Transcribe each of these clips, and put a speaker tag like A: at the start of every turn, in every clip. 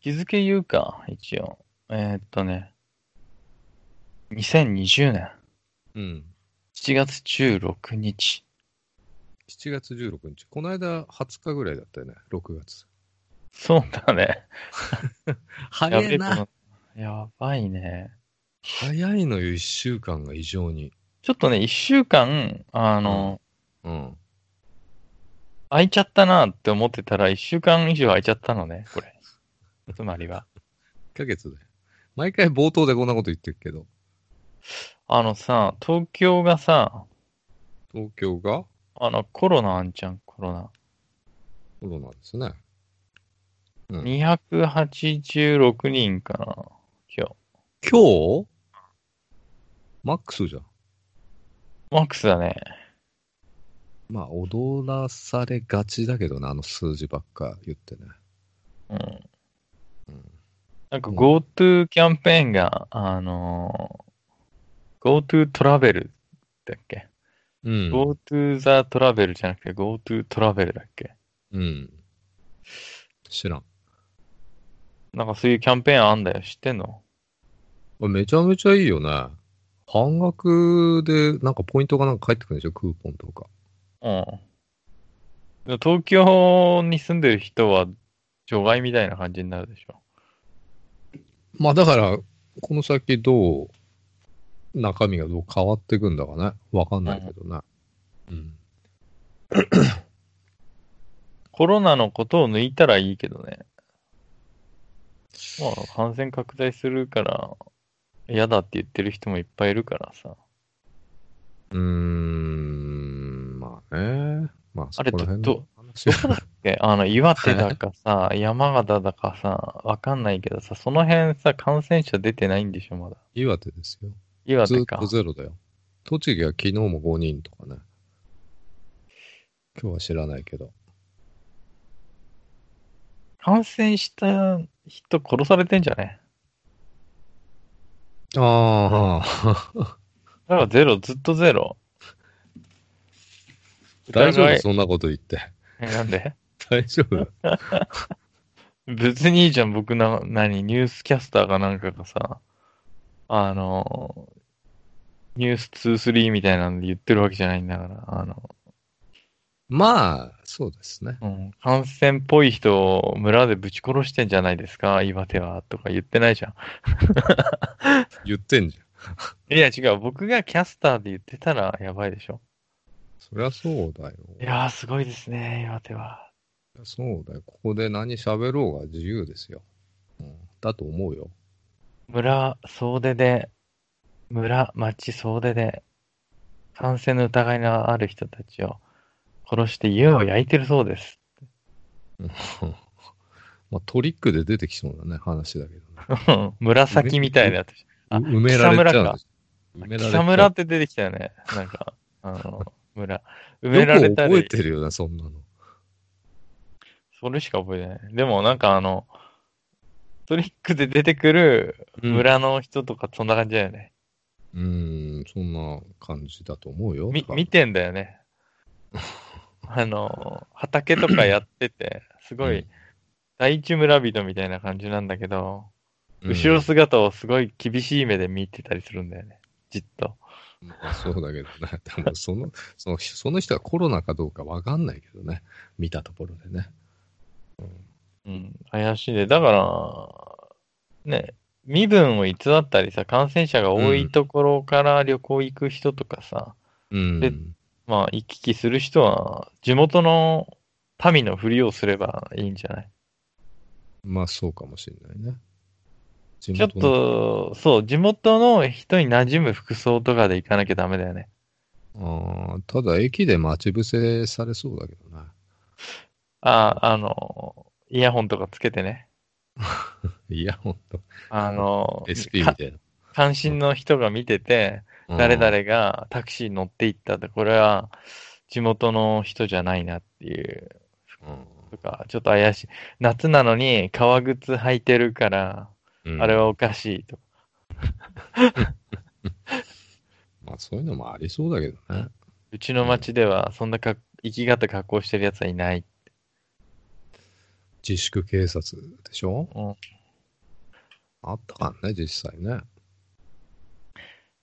A: 日付言うか、一応。えー、っとね。2020年
B: うん。
A: 7月16日。
B: 7月16日。この間20日ぐらいだったよね。6月。
A: そうだね。
B: 早い
A: やべえ
B: な。
A: このやばいね。
B: 早いのよ、1週間が異常に。
A: ちょっとね、一週間、あの、
B: うん。
A: 空いちゃったなって思ってたら、一週間以上空いちゃったのね、これ。 つまりは。
B: 1ヶ月で。毎回冒頭でこんなこと言ってるけど。
A: あのさ、東京がさ、
B: 東京が
A: あの、コロナあんちゃん、コロナ。
B: コロナですね。うん
A: 286人かな、今日。
B: 今日マックスじゃん。
A: マックスだね。
B: まあ、踊らされがちだけどな、あの数字ばっか言ってね。
A: うん。
B: うん、
A: なんか
B: うん
A: GoTo キャンペーンが、あのー、GoTo トラベルだっけ、
B: うん。
A: ?GoTo ザトラベルじゃなくて GoTo トラベルだっけ
B: うん。知らん。
A: なんかそういうキャンペーンあんだよ。知ってんの
B: めちゃめちゃいいよね。半額で、なんかポイントがなんか返ってくるんでしょクーポンとか。
A: うん。で東京に住んでる人は除外みたいな感じになるでしょ。
B: まあだから、この先どう、中身がどう変わっていくんだかね。わかんないけどね。うん。
A: コロナのことを抜いたらいいけどね。まあ、感染拡大するから、嫌だって言ってる人もいっぱいいるからさ。
B: うーん、まあね。まあそ
A: あれ
B: こら辺
A: ど
B: の話は
A: で、あの、岩手だかさ、山形だかさ、わかんないけどさ、その辺さ、感染者出てないんでしょ、まだ。
B: 岩手ですよ。
A: 岩
B: ず
A: 手
B: っ
A: か
B: と。ゼロだよ。栃木は昨日も5人とかね。今日は知らないけど。
A: 感染した人殺されてんじゃね
B: ああ、
A: だからゼロ、ずっとゼロ。
B: 大丈
A: 疑
B: 夫
A: い
B: そんなこと言って。
A: えなんで
B: 大丈夫
A: 別にいいじゃん、僕な、何、ニュースキャスターかなんかがさ、あの、ニュース2、3みたいなので言ってるわけじゃないんだから、あの、
B: まあ、そうですね。
A: うん、感染っぽい人を村でぶち殺してんじゃないですか、岩手は、とか言ってないじゃん。
B: 言ってんじゃん。
A: いや、違う、僕がキャスターで言ってたらやばいでしょ。
B: そりゃそうだよ。
A: いやー、すごいですね、岩手は。
B: そうだよ。ここで何喋ろうが自由ですよ。うん、だと思うよ。
A: 村総出で、村町総出で、感染の疑いのある人たちを殺して家を焼いてるそう です。
B: まあ、トリックで出てきそうなね、話だけど
A: 紫みたいなやつ。あ
B: ね。う埋められちゃうんです埋められちゃ
A: 草
B: う
A: むらって出てきたよね。なんか、あの、村。埋められた
B: よく覚え
A: り、
B: てるよね、そんなの。
A: それしか覚えてない。でもなんかあの、トリックで出てくる村の人とかそんな感じだよね。
B: うーん、そんな感じだと思うよ。
A: み
B: 多、分
A: 見てんだよ ね。あの、畑とかやってて、すご
B: う
A: い
B: ん、
A: 第一村人みたいな感じなんだけど、後ろ姿をすごい厳しい目で見てたりするんだよね。じっと。
B: うんまあそうだけどね。 でもその、その、その人がコロナかどうかわかんないけどね。見たところでね。
A: うん、怪しいで。だから、ね、身分を偽ったりさ、感染者が多いところから旅行行く人とかさ、
B: うん。
A: でまあ行き来する人は、地元の民のふりをすればいいんじゃない
B: まあそうかもしれないね。地
A: ちょっ
B: 元の
A: と、そう、地元の人に馴染む服装とかで行かなきゃダメだよね。
B: あーただ駅で待ち伏せされそうだけどね。
A: あ、あの、イヤホンとかつけてね。
B: いや、ほんと。
A: あの、
B: SP み
A: か
B: たいな。
A: 関心の人が見てて、誰
B: うん
A: 々がタクシー乗って行ったって、これは地元の人じゃないなっていう、とか、ちょっと怪しい。夏なのに革靴履いてるから、
B: うん
A: あれはおかしいとか。
B: まあそういうのもありそうだけどね。
A: うちの町ではそんなか生き方加工してる奴はいない。
B: 自粛警察でしょ
A: うん
B: あったからね、実際ね。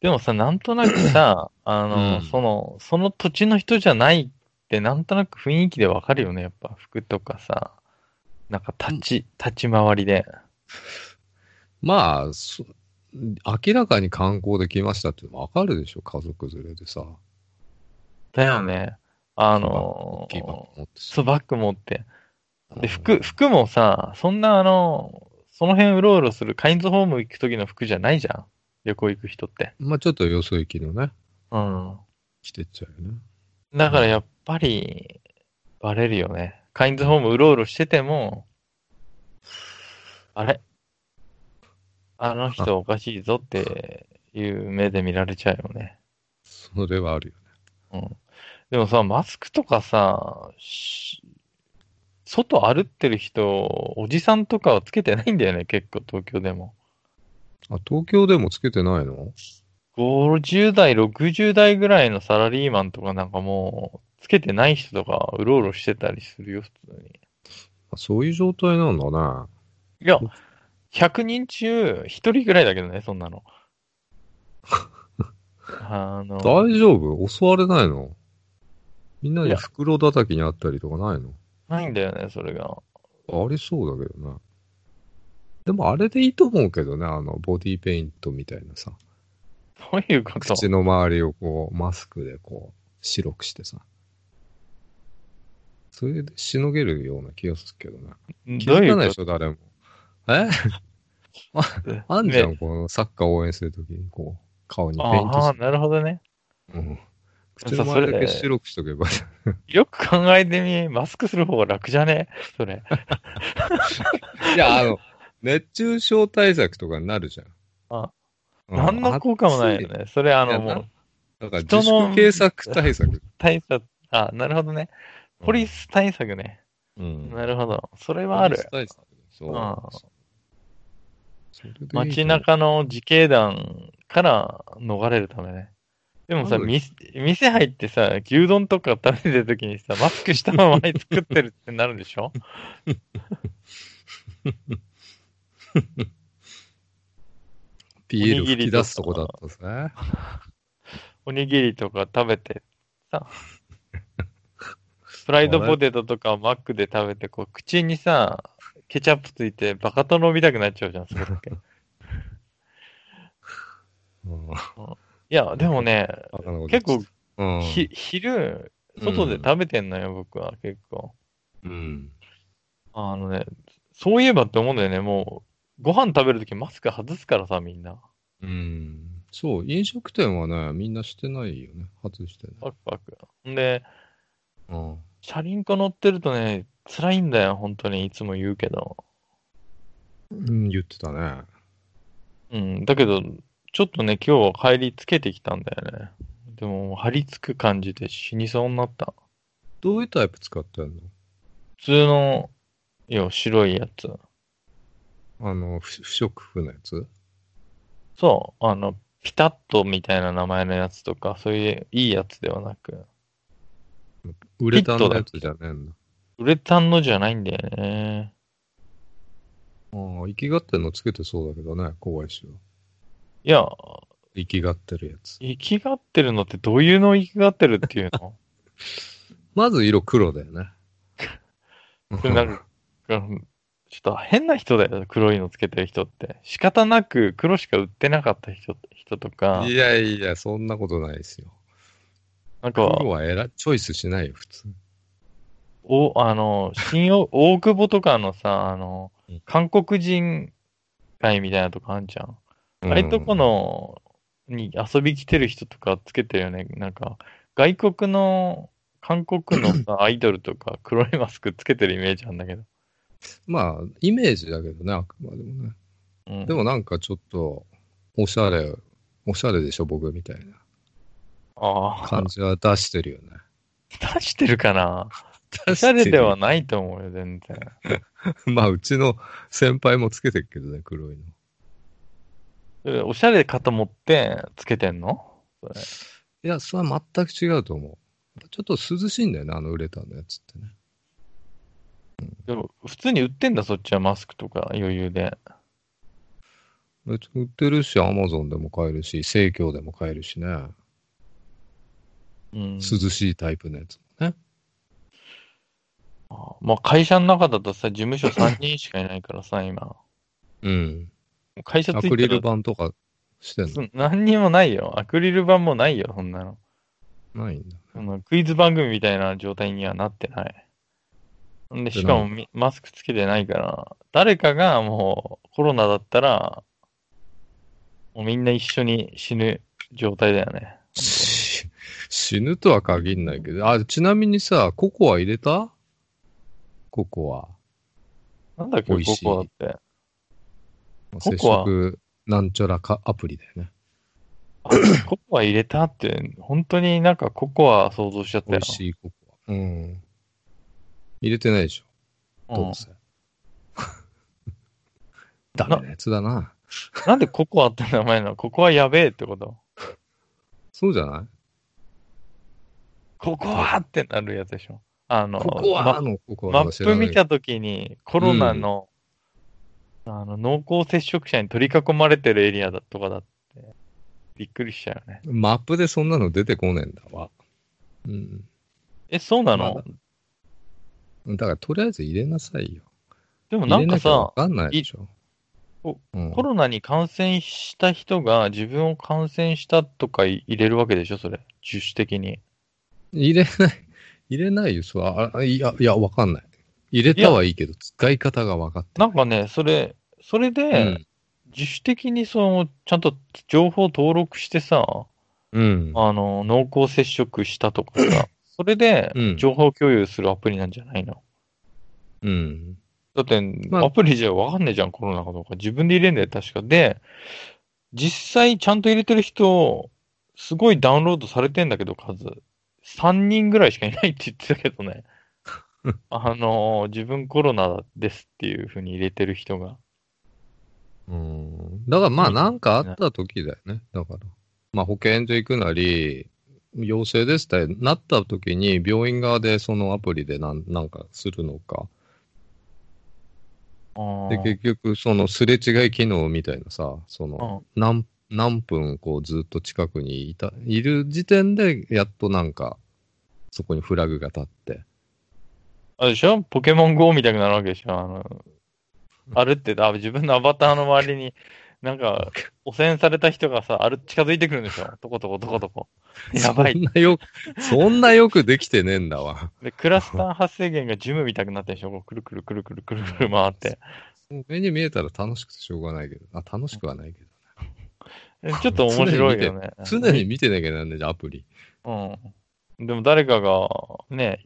A: でもさ、なんとなく さ、あの、
B: うん
A: その、その土地の人じゃないって、なんとなく雰囲気でわかるよね、やっぱ。服とかさ、なんか立ち、立ち回りで。
B: まあ、そ明らかに観光で来ましたっていうのもわかるでしょ、家族連れでさ。
A: だよね。あの
B: ティーバッグ持ってさ
A: そう、バッグ持って。で、
B: う
A: 服、
B: ん
A: 服もさ、そんなあの、その辺うろうろするカインズホーム行く時の服じゃないじゃん。旅行行く人って。
B: まあちょっとよそ行きのね、
A: うん。
B: 着てっちゃうよね。
A: だからやっぱり、バレるよね。カインズホームうろうろしてても、あれあの人おかしいぞっていう目で見られちゃうよね。
B: それはあるよね。
A: うん。でもさ、マスクとかさ、し外歩ってる人、おじさんとかはつけてないんだよね、結構東京でも。
B: あ、東京でもつけてないの
A: 50代、60代ぐらいのサラリーマンとかなんかもう、つけてない人とかうろうろしてたりするよ、普通に。
B: あそういう状態なんだね。
A: いや、100人中、1人ぐらいだけどね、そん なの。あの、
B: 大丈夫襲われないのみんないに
A: や
B: 袋叩きにあったりとかないの
A: ないんだよね、それが。
B: ありそうだけどな。でもあれでいいと思うけどね、あの、ボディペイントみたいなさ、
A: どういうこと
B: 口の周りをこう、マスクでこう、白くしてさ。それでしのげるような気がするけどね。気
A: どう
B: づ
A: い
B: かないで
A: う
B: しょ、誰も。え
A: こと
B: あんじゃん、
A: ね
B: このサッカー応援するときに、こう、顔にペイント
A: ああ、
B: し
A: なるほどね。
B: て。うん口の周りだけ白くしとけばいい。
A: よく考えてみ、マスクする方が楽じゃねそれ。
B: いや、あの、熱中症対策とかになるじゃん。
A: あ
B: うん、
A: 何の効果もないよね。それ、あの、
B: いや
A: もう
B: な、だから
A: 人
B: 自
A: の
B: 粛警策対策。
A: 対策、あ、なるほどね。ポリス対策ね。
B: うん、
A: なるほど。それ
B: ほ
A: はある。
B: 対策。そう。
A: うん
B: それでいいと思う
A: 街。中の自警団から逃れるためね。でもさ、
B: なんで
A: み店入ってさ、牛丼とか食べてるときにさ、マスクしたまま作ってるってなるでし ょ
B: ビール
A: おにぎ
B: 吹
A: り
B: き出すとこだったんですね。
A: おにぎりとか食べてさ、フライドポテトとかマックで食べて、こう、口にさ、ケチャップついてバカと飲みたくなっちゃうじゃん、それ だけ。い
B: うん
A: や、でもね、
B: バカなこと言っ
A: 結
B: ちゃっ
A: 構、
B: た、うん、
A: ひ、昼、外で食べてんのよ、僕は結構。
B: うん。
A: あのね、そういえばって思うんだよね、もう、ご飯食べるときマスク外すからさ、みんな。
B: うん。そう、飲食店はね、みんなしてないよね。外してね。
A: パクパク。んで、
B: うん。
A: チャリンコ乗ってるとね、辛いんだよ、本当に、いつも言うけど。
B: うん、言ってたね。
A: うん、だけど、ちょっとね、今日は帰りつけてきたんだよね。でも、張り付く感じで死にそうになった。
B: どういうタイプ使ってんの
A: 普通の、よ、白いやつ。
B: あの、不不織布のやつ
A: そう、あの、ピタッとみたいな名前のやつとか、そういういいやつではなく、
B: ウレタンのやつじゃねえんだ。
A: ウレタンのじゃないんだよね。
B: ああ、生きがってんのつけてそうだけどね、怖いしよ。
A: いや、
B: 生きがってるやつ。
A: 生きがってるのってどういうのを生きがってるっていう の
B: まず色黒だよ ね。
A: それなんか、うんちょっと変な人だよ、黒いのつけてる人って。仕方なく黒しか売ってなかった人人とか、
B: いやいや、そんなことないですよ。
A: なんか、
B: 黒は選チョイスしないよ、普通。
A: おあの新大大久保とかのさ、あの
B: うん
A: 韓国人会みたいなとこあんじゃん。ああいうとこのに遊び来てる人とかつけてるよね。なんか、外国の、韓国のさアイドルとか黒いマスクつけてるイメージあんだけど。
B: うん。まあ、イメージだけどね、あくまでもね。
A: うん
B: でもなんかちょっと、おしゃれ、おしゃれでしょ、僕みたい
A: あ
B: な
A: あ
B: 感、じは出してるよね。
A: 出してるかなお
B: 出
A: しゃれ
B: してる
A: ではないと思うよ、全然。
B: まあ、うちの先輩もつけてるけどね、黒いの。
A: えおしゃれかと思ってつけてんのそれ
B: いや、それは全く違うと思う。ちょっと涼しいんだよね、あのウレタンのやつってね。
A: でも、普通に売ってんだ、そっちはマスクとか余裕で。
B: 別に売ってるし、アマゾンでも買えるし、生協でも買えるしね。
A: うん。
B: 涼しいタイプのやつもね。
A: まあ、会社の中だとさ、事務所3人しかいないからさ、今。も
B: うん。
A: う会社つ
B: ア
A: い
B: ク
A: て
B: リル
A: る
B: 板とかしてんの
A: 何にもないよ。アクリル板もないよ、そんなの。
B: ないんだ。
A: そのクイズ番組みたいな状態にはなってない。んで、しかもみマスクつけてないから、誰かがもうコロナだったら、もうみんな一緒に死ぬ状態だよね。
B: し死ぬとは限んないけど。あ、ちなみにさ、ココア入れたココア。
A: なんだっけ、
B: 美味
A: コ
B: しい
A: コアって。
B: まあ
A: コ
B: 接
A: コア
B: 触なんちゃらかアプリだよね。
A: あココア入れたって、本当になんかココア想像しちゃった
B: 美
A: よ。
B: 味しいココア。うん。入れてないでし
A: うん
B: ょ、ど うせ。ダメなやつだな。
A: なんでココアって名前なのココアやべえってこと
B: そうじゃない
A: ココアってなるやつでしょ。あの、
B: ココア
A: ま
B: のココア
A: マ
B: の方
A: ッ
B: が知ら
A: プ
B: ない
A: 見たときに、コロナの,、あの濃厚接触者に取り囲まれてるエリアだとかだって、びっくりしちゃうよね。
B: マップでそんなの出てこねえんだわ。うん。
A: え、そうなの、
B: まだからとりあえず入れなさいよ。
A: でもな
B: 入
A: んか
B: れなきゃわ
A: さ、
B: かんないでしょ。
A: お
B: うん
A: コロナに感染した人が自分を感染したとかい入れるわけでしょそれ。自主的に。
B: 入れない、入れないよ、そう。ああいや、いや、わかんない。入れたはいいけど、使い方が分かって
A: ないんかね、それ、それで、自主的にその、ちゃんと情報登録してさ、
B: うん。うん。
A: あの、濃厚接触したとかさ、それで
B: う、ん
A: 情報共有するアプリなんじゃないの、
B: うん。
A: だって、
B: まあ
A: アプリじゃわかんねえじゃん、コロナかどうか。自分で入れんだよ、確か。で、実際ちゃんと入れてる人、すごいダウンロードされてんだけど、数。3人ぐらいしかいないって言ってたけど ね。あのー自分コロナですっていうふうに入れてる人が。
B: うんだからまあ
A: うん
B: なんかあった時だよね。だから。まあ保健所行くなり、陽性ですってなった時に病院側でそのアプリでなんなんかするのか。
A: あー
B: で、結局そのすれ違い機能みたいなさ、その何何分こうずっと近くにいた、いる時点でやっとなんかそこにフラグが立って。
A: あれでしょポケモン GO みたいになるわけでしょあの、歩ってた、あ自分のアバターの周りに、なんか、汚染された人がさ、ある近づいてくるんでしょとことことことこ。 やばい
B: そんなよく、そんなよくできてねえんだわ。
A: で、クラスター発生源がジムみたくなってるでしょこうくるくるくるくるくる くる回って。
B: もう目に見えたら楽しくてしょうがないけど、あ、楽しくはないけど。
A: えちょっと面白いよね。
B: 常に見てなきゃなんねえじゃん、アプリ。
A: うん。でも誰かが、ね、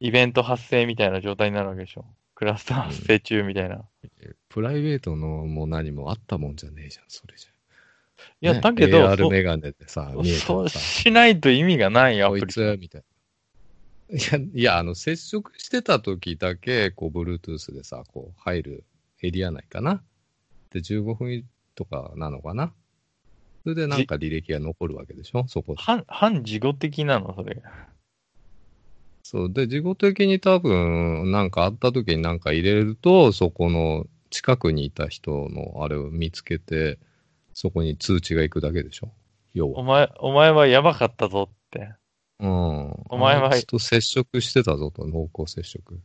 A: イベント発生みたいな状態になるわけでしょクラスター発生中みたいな。い
B: プライベートのもう何もあったもんじゃねえじゃん、それじゃ。い
A: や、だけど、
B: AR メガネでさ、
A: そう
B: 見えて
A: そう
B: さ、
A: しないと意味がないア
B: こ
A: プリ
B: い。つ、みたいな。いや、いや、あの、接触してた時だけ、こう、Bluetooth でさ、こう、入るエリア内かな。で、15分とかなのかな。それでなんか履歴が残るわけでしょ、そこで。
A: 反、反事後的なの、それ。
B: そう。で、事後的に多分、なんかあった時になんか入れると、そこの近くにいた人のあれを見つけて、そこに通知が行くだけでしょ要
A: お
B: は。
A: 前、お前はやばかったぞって。
B: うん。
A: お前は
B: あいつと接触してたぞと、濃厚接触。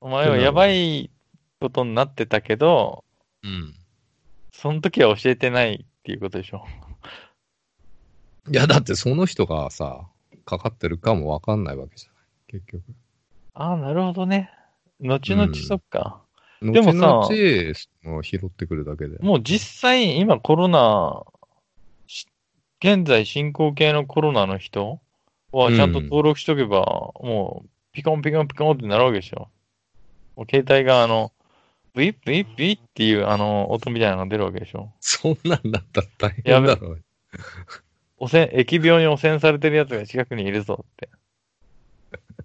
A: お前はやばいことになってたけど、
B: うん。
A: その時は教えてないっていうことでしょ
B: いや、だってその人がさ、かかってるかもわかんないわけじゃない。結局。
A: ああ、なるほどね。後々、
B: うん
A: そっか。
B: で
A: も
B: も
A: さ
B: さ、後々その拾ってくるだけで。
A: もう実際、今コロナ、し現在進行形のコロナの人は
B: うん
A: ちゃんと登録しとけば、もうピコンピコンピコンってなるわけでしょ。もう携帯があの、ブイッブイッブイッっていうあの音みたいなのが出るわけでしょ。
B: そんなんだったら大変だろう。
A: 汚染、疫病に汚染されてるやつが近くにいるぞって。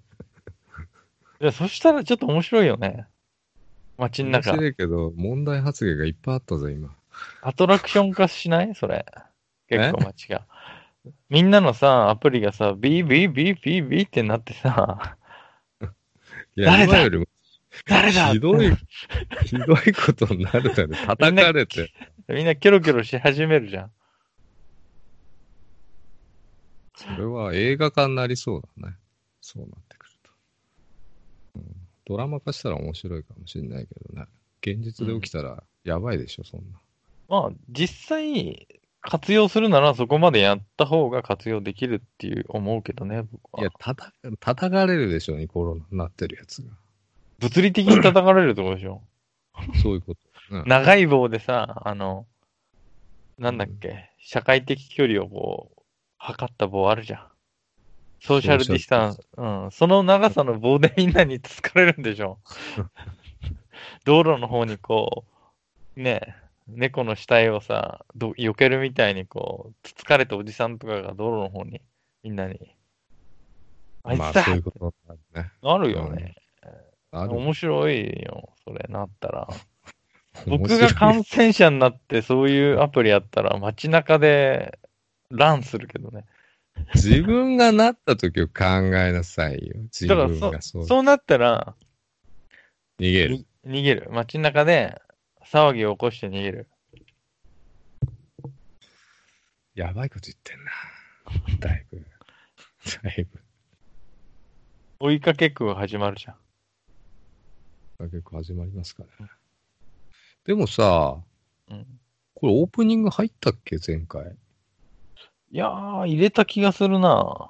A: いや、そしたらちょっと面白いよね。街の
B: 面
A: 中。
B: 白いけど、問題発言がいっぱいあったぞ、今。
A: アトラクション化しないそれ。結
B: え
A: 構街が。みんなのさ、アプリがさ、ビービービービービーってなってさ、
B: いや、
A: 誰だ
B: 今よりも
A: 誰だ
B: ひどい、ひどいことになるだね。叩かれて。
A: みんなキョロキョロし始めるじゃん。
B: それは映画化になりそうだね。そうなってくると。うん、ドラマ化したら面白いかもしれないけどね。現実で起きたらやばいでしょ、そんな。
A: まあ、実際、活用するならそこまでやった方が活用できるっていう思うけどね、僕
B: いや
A: は。、
B: 叩か叩かれるでしょうね、コロナになってるやつが。
A: 物理的に叩かれるとこでしょ。
B: そういうこと。うん
A: 長い棒でさ、あの、なんだっけ、社会的距離をこう、測った棒あるじゃん。ソーシャルディスタンス。うん。その長さの棒でみんなに疲れるんでし ょ。道路の方にこう、ねえ、猫の死体をさ、ど避けるみたいにこう、つつかれたおじさんとかが道路の方に、みんなに。あいつ
B: まあ、
A: だ、
B: そういうことになるね。
A: なるよね。
B: ある
A: 面白いよ、それなったら。
B: 面
A: 僕
B: 白い
A: が感染者になってそういうアプリやったら街中でランするけどね。
B: 自分がなった時を考えなさいよ。自
A: だから
B: 分がそう
A: そそうなったら
B: 逃げる。
A: に逃げる。街中で騒ぎを起こして逃げる。
B: やばいこと言ってんな。だいぶ。だいぶ。
A: 追いかけっこが始まるじゃん。
B: 結構始まりますからね。でもさ、
A: うん、
B: これオープニング入ったっけ前回。い
A: いやー、入れた気がするな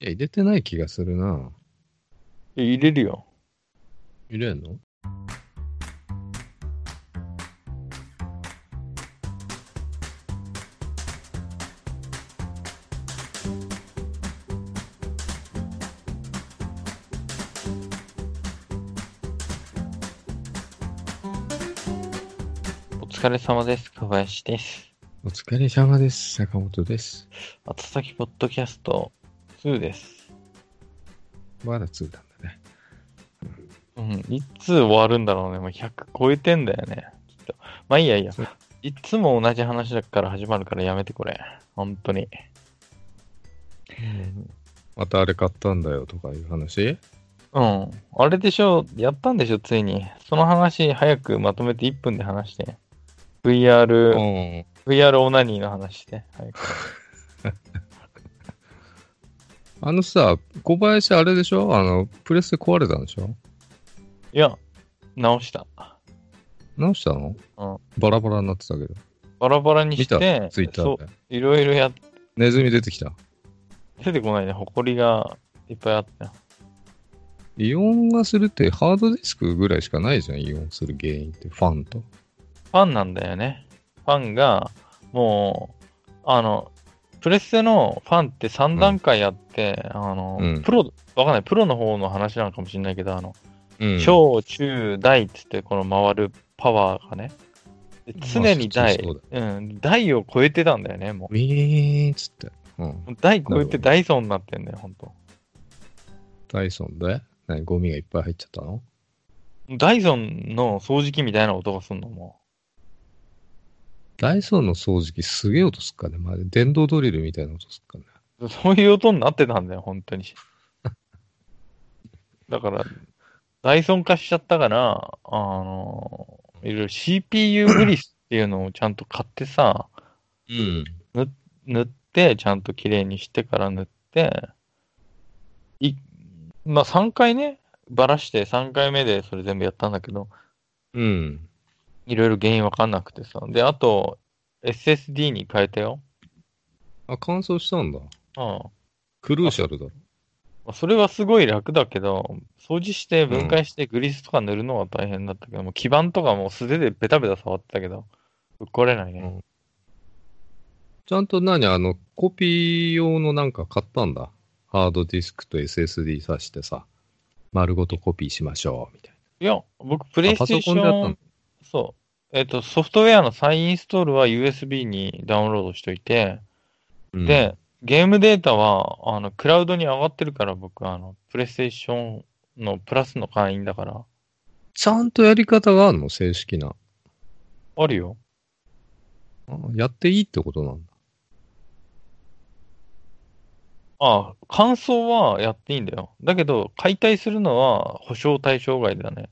B: や、入れてない気がするな。
A: え入れるよ。
B: 入れんの
A: お疲れ様です。小林です。
B: お疲れ様です。坂本です。
A: 後先ポッドキャスト2です。
B: まだ2なんだね。
A: うん、いつ終わるんだろうね。もう100超えてんだよね。きっと。まあいいやいいや
B: そ。
A: いつも同じ話だから始まるからやめてこれ。本当に。
B: またあれ買ったんだよとかいう話
A: うん。あれでしょ、やったんでしょ、ついに。その話、早くまとめて1分で話して。
B: う
A: VR、
B: ん。
A: VR オナニーの話して。早く
B: あのさ、小林あれでしょあの、プレステ壊れたんでしょ
A: いや、直した。
B: 直したの
A: うん
B: バラバラになってたけど。
A: バラバラに
B: 見
A: したて、
B: ツイッタ
A: そう
B: ーで。
A: いろいろやっ
B: ネズミ出てきた。
A: 出てこないね。埃がいっぱいあったよ。
B: イオンがするってハードディスクぐらいしかないじゃん、イオンする原因って。ファンと。
A: ファンなんだよね。ファンが、もう、あの、プレステのファンって3段階あって、あの、
B: うん
A: プロ、わかんない、プロの方の話なのかもしれないけど、あの、
B: うん
A: 小、中、大っつって、この回るパワーがね、で
B: まあ
A: 常に大、
B: そう
A: うん、大を超えてたんだよね、も
B: ウィーンっつって。うん
A: う。。もう大超
B: なる
A: え
B: ほ
A: て
B: ど
A: ダイソンになってんだよ、ほんと。
B: ダイソンで何ゴミがいっぱい入っちゃったの
A: ダイソンの掃除機みたいな音がすんの、も
B: ダイソンの掃除機すげえ音すっかね。まあ、電動ドリルみたいな音すっかね。
A: う。 そういう音になってたんだよ、本当に。 だから、ダイソン化しちゃったから、あの、いろいろ CPU グリスっていうのをちゃんと買ってさ、
B: うん。
A: 塗って、ちゃんと綺麗にしてから塗って、いまあ3回ね、ばらして3回目でそれ全部やったんだけど、
B: うん。
A: いろいろ原因わかんなくてさ。で、あと、SSD に変えたよ。
B: あ、乾燥したんだ。
A: うん。
B: クルーシャルだろ。
A: まあそれはすごい楽だけど、掃除して分解してグリスとか塗るのは大変だったけど、もう基板とかもう素手でベタベタ触ってたけど、ぶっ壊れないね。
B: うんちゃんと何あの、コピー用のなんか買ったんだ。ハードディスクと SSD 挿してさ、丸ごとコピーしましょう、みたい
A: いや、僕、プレ
B: な。
A: イ
B: あ
A: ス
B: パ
A: テー
B: ソ
A: シ
B: コンでやった
A: ョ
B: の
A: ン、そう。えっ、と、ソフトウェアの再インストールは USB にダウンロードしといて、
B: うん、
A: で、ゲームデータは、あの、クラウドに上がってるから、僕、あの、プレイステーションのプラスの会員だから、
B: ちゃんとやり方があるの正式な。
A: あるよ。
B: あやっていいってことなんだ。
A: ああ、感想はやっていいんだよ。だけど、解体するのは保証対象外だね。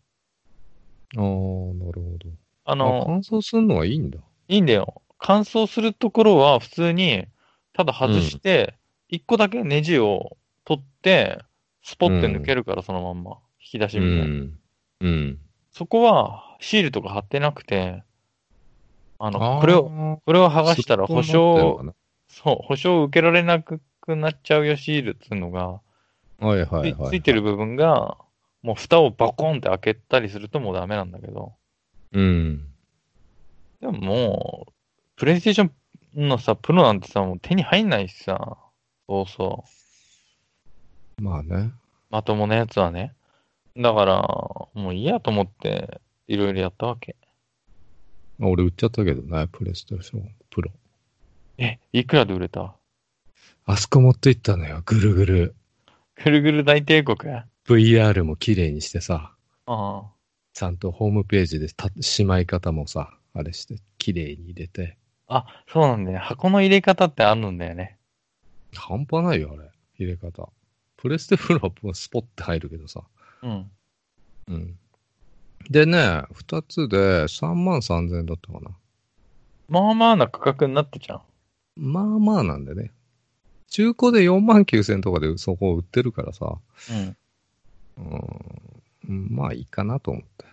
B: ああ、なるほど。
A: あ
B: あ
A: の、
B: 乾燥するのはいいんだ。
A: いいんだよ。乾燥するところは普通に、ただ外して、一個だけネジを取って、スポッて抜けるから、そのまんま。引き出し
B: う
A: みたいな。
B: ん。うん。
A: そこは、シールとか貼ってなくて、あの、これを、
B: を、
A: これを剥がしたら保
B: そう
A: 証、
B: 思ってんのか
A: そう、保証を受けられなくなっちゃうよ、シールっつうのが、
B: なはいはい
A: つ
B: はい。
A: ついてる。部分が、もう蓋をバコンって開けたりするともうダメなんだけど、
B: うん。
A: でももう、プレイステーションのさ、プロなんてさ、もう手に入んないしさ、そうそう、
B: まあね。
A: まともなやつはね。だから、もういいやと思って、いろいろやったわけ。
B: まあ、俺売っちゃったけどね、プレイステーションプロ。
A: え、いくらで売れた
B: あそこ持って行ったのよ、ぐるぐる。
A: ぐるぐる大帝国あ
B: VR も綺麗にしてさ、
A: あ。
B: ちゃんとホームページでたしまい方もさ、あれして、綺麗に入れて。
A: あ、そうなんだよね。箱の入れ方ってあるんだよね。
B: 半端ないよ、あれ。入れ方。プレステプロはもうスポッて入るけどさ。
A: うん。
B: うん。でね、二つで3万3000円だったかな。
A: まあまあな価格になったじゃん。
B: まあまあなんでね。中古で4万9000円とかでそこを売ってるからさ。
A: うん。
B: うん。まあいいかなと思って。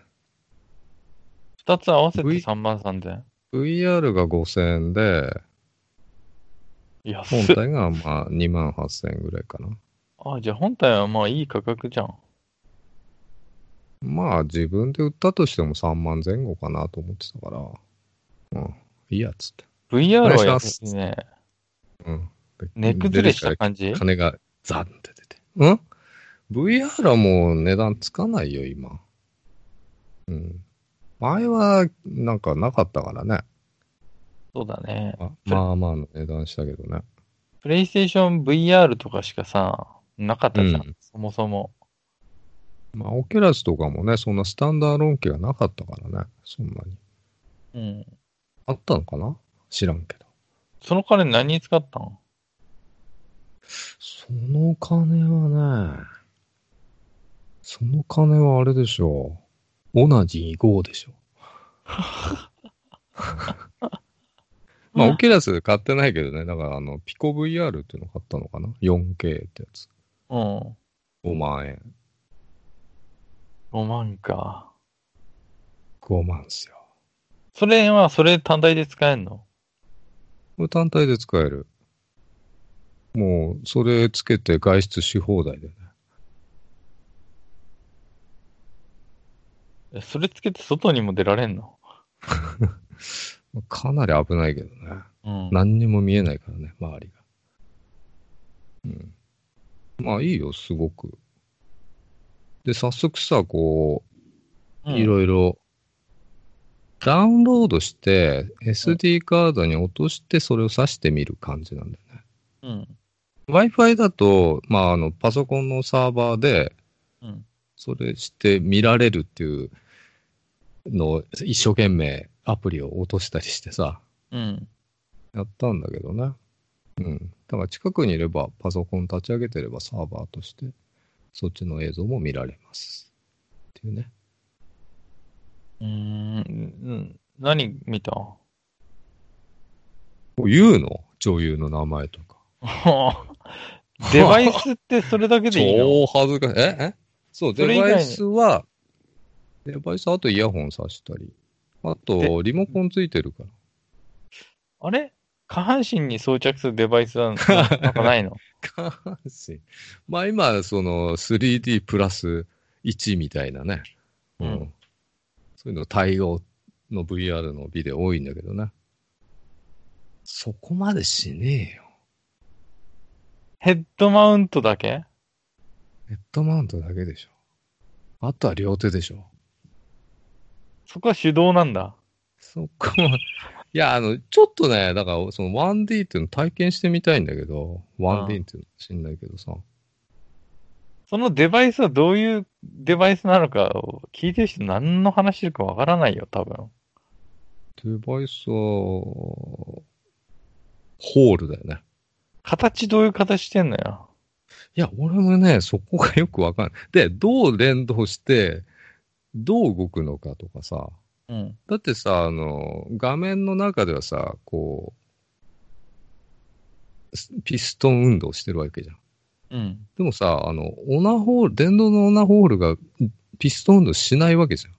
A: 二つ合わせて
B: V-
A: 3万3000
B: VR が5000円で、
A: 円。安
B: 本
A: っ。
B: 体がまあ2万8000円ぐらいかな。
A: あ、じゃあ本体はまあいい価格じゃん。
B: まあ自分で売ったとしても3万前後かなと思ってたから、うん、いいやっつって。
A: VR
B: お願い
A: はや
B: し
A: っ
B: ま
A: ぱ
B: す
A: りね、
B: うん。で
A: 値崩れした
B: 出て
A: 感じ
B: きた金がザンって出て。うん ?VR はもう値段つかないよ、今。うん。前はなんかなかったからね。
A: そうだね。
B: あまあまあの値段したけどね。
A: プレイステーション VR とかしかさ、なかったじゃん。
B: うん
A: そもそも。
B: まあオキュラスとかもね、そんなスタンダーロン機がなかったからね。そんなに。
A: うん。
B: あったのかな知らんけど。
A: その金何に使ったの
B: その金はね、その金はあれでしょう。オナジー5でしょ。まあ、オキュラス買ってないけどね。だから、あの、ピコ VR っていうの買ったのかな ?4K ってやつ。
A: うん。
B: 5万円。
A: 5万か。
B: 5万っすよ。
A: それは、それ単体で使えんの
B: これ単体で使える。もう、それつけて外出し放題でね。
A: えそれつけて外にも出られんの
B: まあかなり危ないけどね。
A: うん。
B: 何にも見えないからね、周りが。うん。まあいいよ、すごく。で、早速さ、こ
A: う
B: う、
A: ん
B: いろいろ、ダウンロードして、SD カードに落として、それを挿してみる感じなんだよね。
A: うん。
B: Wi-Fi だと、まあ、あの、パソコンのサーバーで、
A: うん。
B: それして見られるっていうのを、一生懸命アプリを落としたりしてさ、
A: うん。
B: やったんだけどね。うん。だから近くにいれば、パソコン立ち上げてればサーバーとして、そっちの映像も見られます。っていうね。
A: うーん。うん何見 た
B: こう言うの女優の名前とか。
A: デバイスってそれだけでいいの
B: 超恥ずかしい。ええそう、
A: それ
B: デ
A: 以外に
B: バイスは、デバイス、あとイヤホン挿したり。あと、リモコンついてるから。
A: あれ下半身に装着するデバイスはなんか ないの
B: 下半身。まあ今、その 3D プラス1みたいなね。うん。
A: うん
B: そういうの対応の VR のビデオ多いんだけどね。そこまでしねえよ。
A: ヘッドマウントだけ
B: ヘッドマウントだけでしょ。あとは両手でしょ。
A: そこは手動なんだ。
B: そこは、いや、あの、ちょっとね、だから、その 1D っていうの体験してみたいんだけど、1D っていうの知んないけどさ。
A: そのデバイスはどういうデバイスなのかを聞いてる人何の話してるかわからないよ、多分。
B: デバイスは、ホールだよね。
A: 形どういう形してんのよ。
B: いや、俺もね、そこがよくわかんない。 で、どう連動して、どう動くのかとかさ。
A: うん。
B: だってさ、あの、画面の中ではさ、こう、スピストン運動してるわけじゃん。
A: うん。
B: でもさ、あの、オナホール、電動のオナホールがピストン運動しないわけじゃん。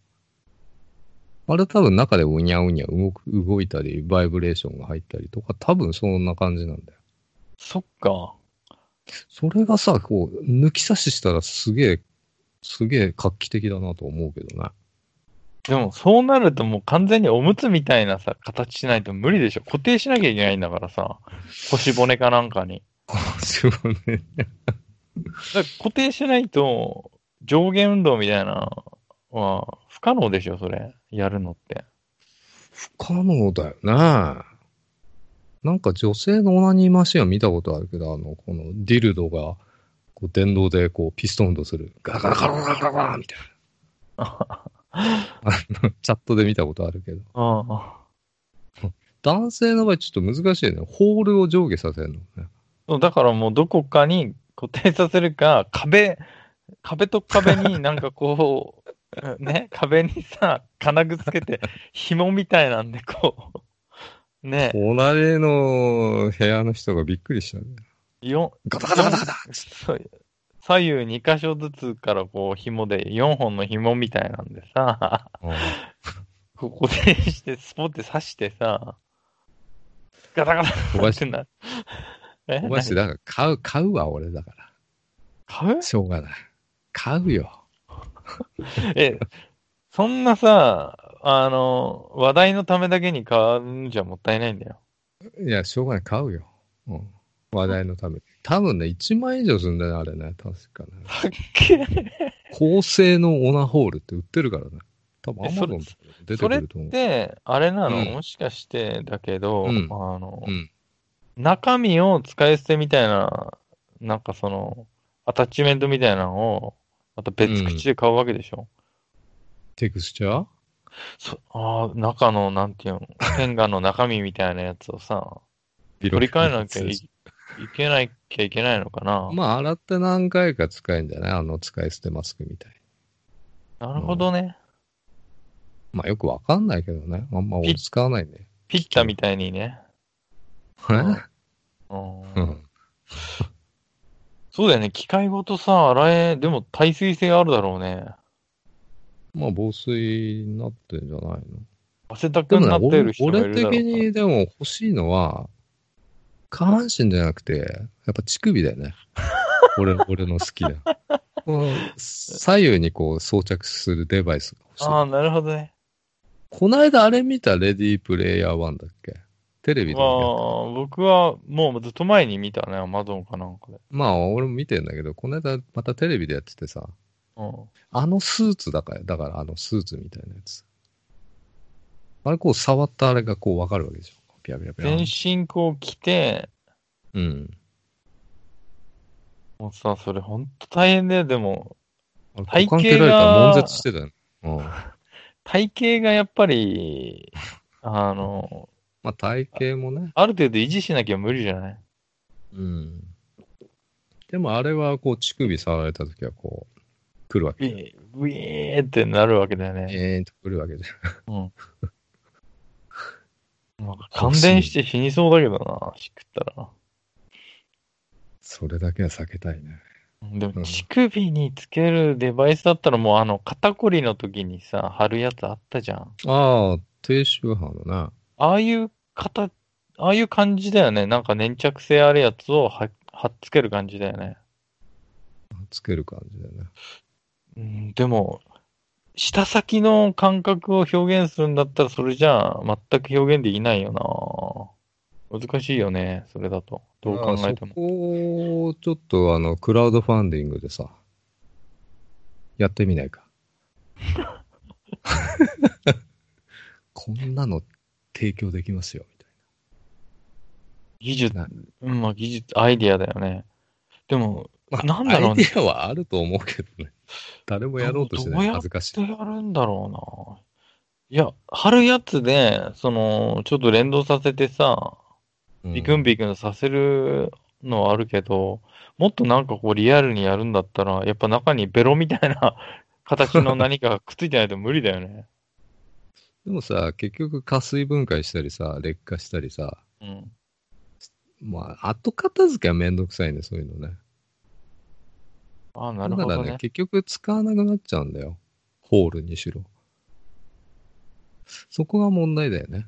B: あれ多分中でうにゃうにゃ動く、動いたり、バイブレーションが入ったりとか、多分そんな感じなんだよ。
A: そっか。
B: それがさ、こう、抜き差ししたらすげえ、すげえ画期的だなと思うけどね。
A: でも、そうなるともう完全におむつみたいなさ、形しないと無理でしょ。固定しなきゃいけないんだからさ。腰骨かなんかに。
B: 自分ね。
A: だから固定しないと、上下運動みたいなのは不可能でしょ、それ。やるのって。
B: 不可能だよね。なんか女性のオナニーマシンは見たことあるけど、あの、このディルドが、こう、電動で、こう、ピストン運動する。ガラガラガラガラガラガラみたいな。あの、チャットで見たことあるけど。
A: ああ。
B: 男性の場合ちょっと難しいね。ホールを上下させるのね。
A: そう、だからもうどこかに固定させるか、壁、壁と壁 になんかこう、ね、壁にさ、金具つけて、紐みたいなんでこう、ね、
B: 隣の部屋の人がびっくりしたね。
A: よ
B: ガタガタガタガタ
A: そう左右2箇所ずつからこう紐で4本の紐みたいなんでさ、こう固定してスポって刺してさ、ガタガタ
B: 小林
A: ってな。え
B: 小林、だから買う、買うわ、俺だか
A: 何買う
B: ら。しょうがない。買うよ。
A: え、そんなさ、あの、話題のためだけに買うんじゃもったいないんだ よ。
B: いや、しょうがない、買うよ。うん。話題のために。多分ね、1万円以上するんだよね、あれね。確かね。
A: かっけえ
B: 高性能オナホールって売ってるからね。多分
A: え
B: ア
A: そ
B: マ
A: れ
B: ゾンとかで出てくると思う。
A: で、あれなの、
B: うん
A: もしかしてだけど、
B: うん
A: あの、
B: うん
A: 中身を使い捨てみたいな、なんかその、アタッチメントみたいなのを、また別口で買うわけでしょ。
B: テクスチャー
A: そああ、中の、なんていうの、天下の中身みたいなやつを さ、
B: 取
A: 取り替えなきゃいいけないきゃいけないのかな。
B: まあ、洗って何回か使えんじゃないあの、使い捨てマスクみたいに。
A: なるほどね。
B: まあ、よくわかんないけどね。あんま俺使わないね。
A: ピッタみたいにね。うん
B: うん。
A: そうだよね。機械ごとさ、洗え、でも耐水性あるだろうね。
B: まあ、防水になってんじゃないの
A: 汗だ
B: で
A: く
B: も
A: に
B: ね
A: なっ、てる
B: 俺
A: 人がい
B: 俺
A: るだろうから
B: 的にでも欲しいのは、下半身じゃなくて、やっぱ乳首だよ ね。俺の、俺の好きな。この左右にこう装着するデバイスが欲し
A: ああ、
B: い。
A: なるほどね。
B: こないだあれ見たレディープレイヤー1だっけテレビで
A: ま
B: 見た。
A: あ、僕はもうずっと前に見たね。アマゾンかなんかで。
B: まあ俺も見てんだけど、こないだまたテレビでやっててさ、
A: うん。
B: あのスーツだから、だからあのスーツみたいなやつ。あれこう触ったあれがこうわかるわけでしょ。ピャピャピ
A: 全
B: ャ。
A: 身こう着て、
B: うん。
A: もうさ、それほんと大変だよ。でも、
B: あれ股間蹴られたら悶絶してたよね。 うん。
A: 体型がやっぱ り、あの、
B: まあ体型もね。
A: ある程度維持しなきゃ無理じゃない
B: うん。でもあれはこう乳首触られた時はこう、来るわ
A: ウ
B: けじゃん。
A: ィーウィーってなるわけだよね。
B: えーんと来るわけじゃん。
A: なんか感電して死にそうだけどな、しくったら。
B: それだけは避けたいね。
A: で
B: う
A: も、
B: ん
A: 乳首につけるデバイスだったら、もうあの、肩こりの時にさ、貼るやつあったじゃん。
B: ああ、低周波のな。
A: ああいう型、ああいう感じだよね。なんか粘着性あるやつをは貼っつける感じだよね。
B: つける感じだよね。
A: うん、でも、舌先の感覚を表現するんだったら、それじゃあ、全く表現できないよな。難しいよね、それだと。どう考えて
B: ああそ
A: も。
B: こをちょっとあの、クラウドファンディングでさ、やってみな いか。 こんなの提供できますよ、みたい
A: 技術
B: な、
A: うん、まあ技術、アイディアだよね。でも、
B: な。
A: なんだろうね
B: アイディアはあると思う けどね。誰もやろうとして
A: ど
B: な
A: う
B: い。
A: やっ
B: 恥ずかしい
A: ど。うやるんだろうな。いや、貼るやつで、その、ちょっと連動させてさ、ビクンビクンさせるのはあるけど、もっとなんかこうリアルにやるんだったら、やっぱ中にベロみたいな形の何かがくっついてないと無理だよね。
B: でもさ、結局、加水分解したりさ、劣化したりさ、
A: うん。
B: まあ、後片付けはめんどくさいね、そういうのね。
A: ああ、なるほ
B: だか
A: ど
B: らね
A: ね。
B: 結局使わなくなっちゃうんだよ。ホールにしろ。そこが問題だよね。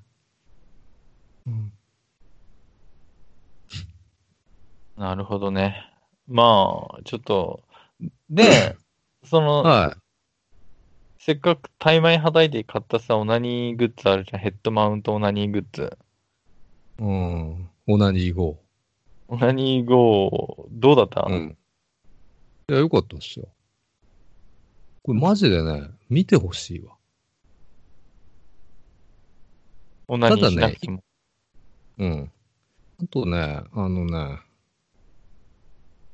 B: うん。
A: なるほどね。まあ、ちょっと、で、その、
B: は
A: せっかくタイマイはたいて買ったさ、オナニーグッズあるじゃん。ヘッドマウントオナニーグッズ。
B: い。うん。オナニー号。
A: オナニー GO、どうだった、
B: うん。いや、よかったっすよ。これマジでね、見てほしいわ。
A: オナニーしなくても。
B: うん。あとね、あのね、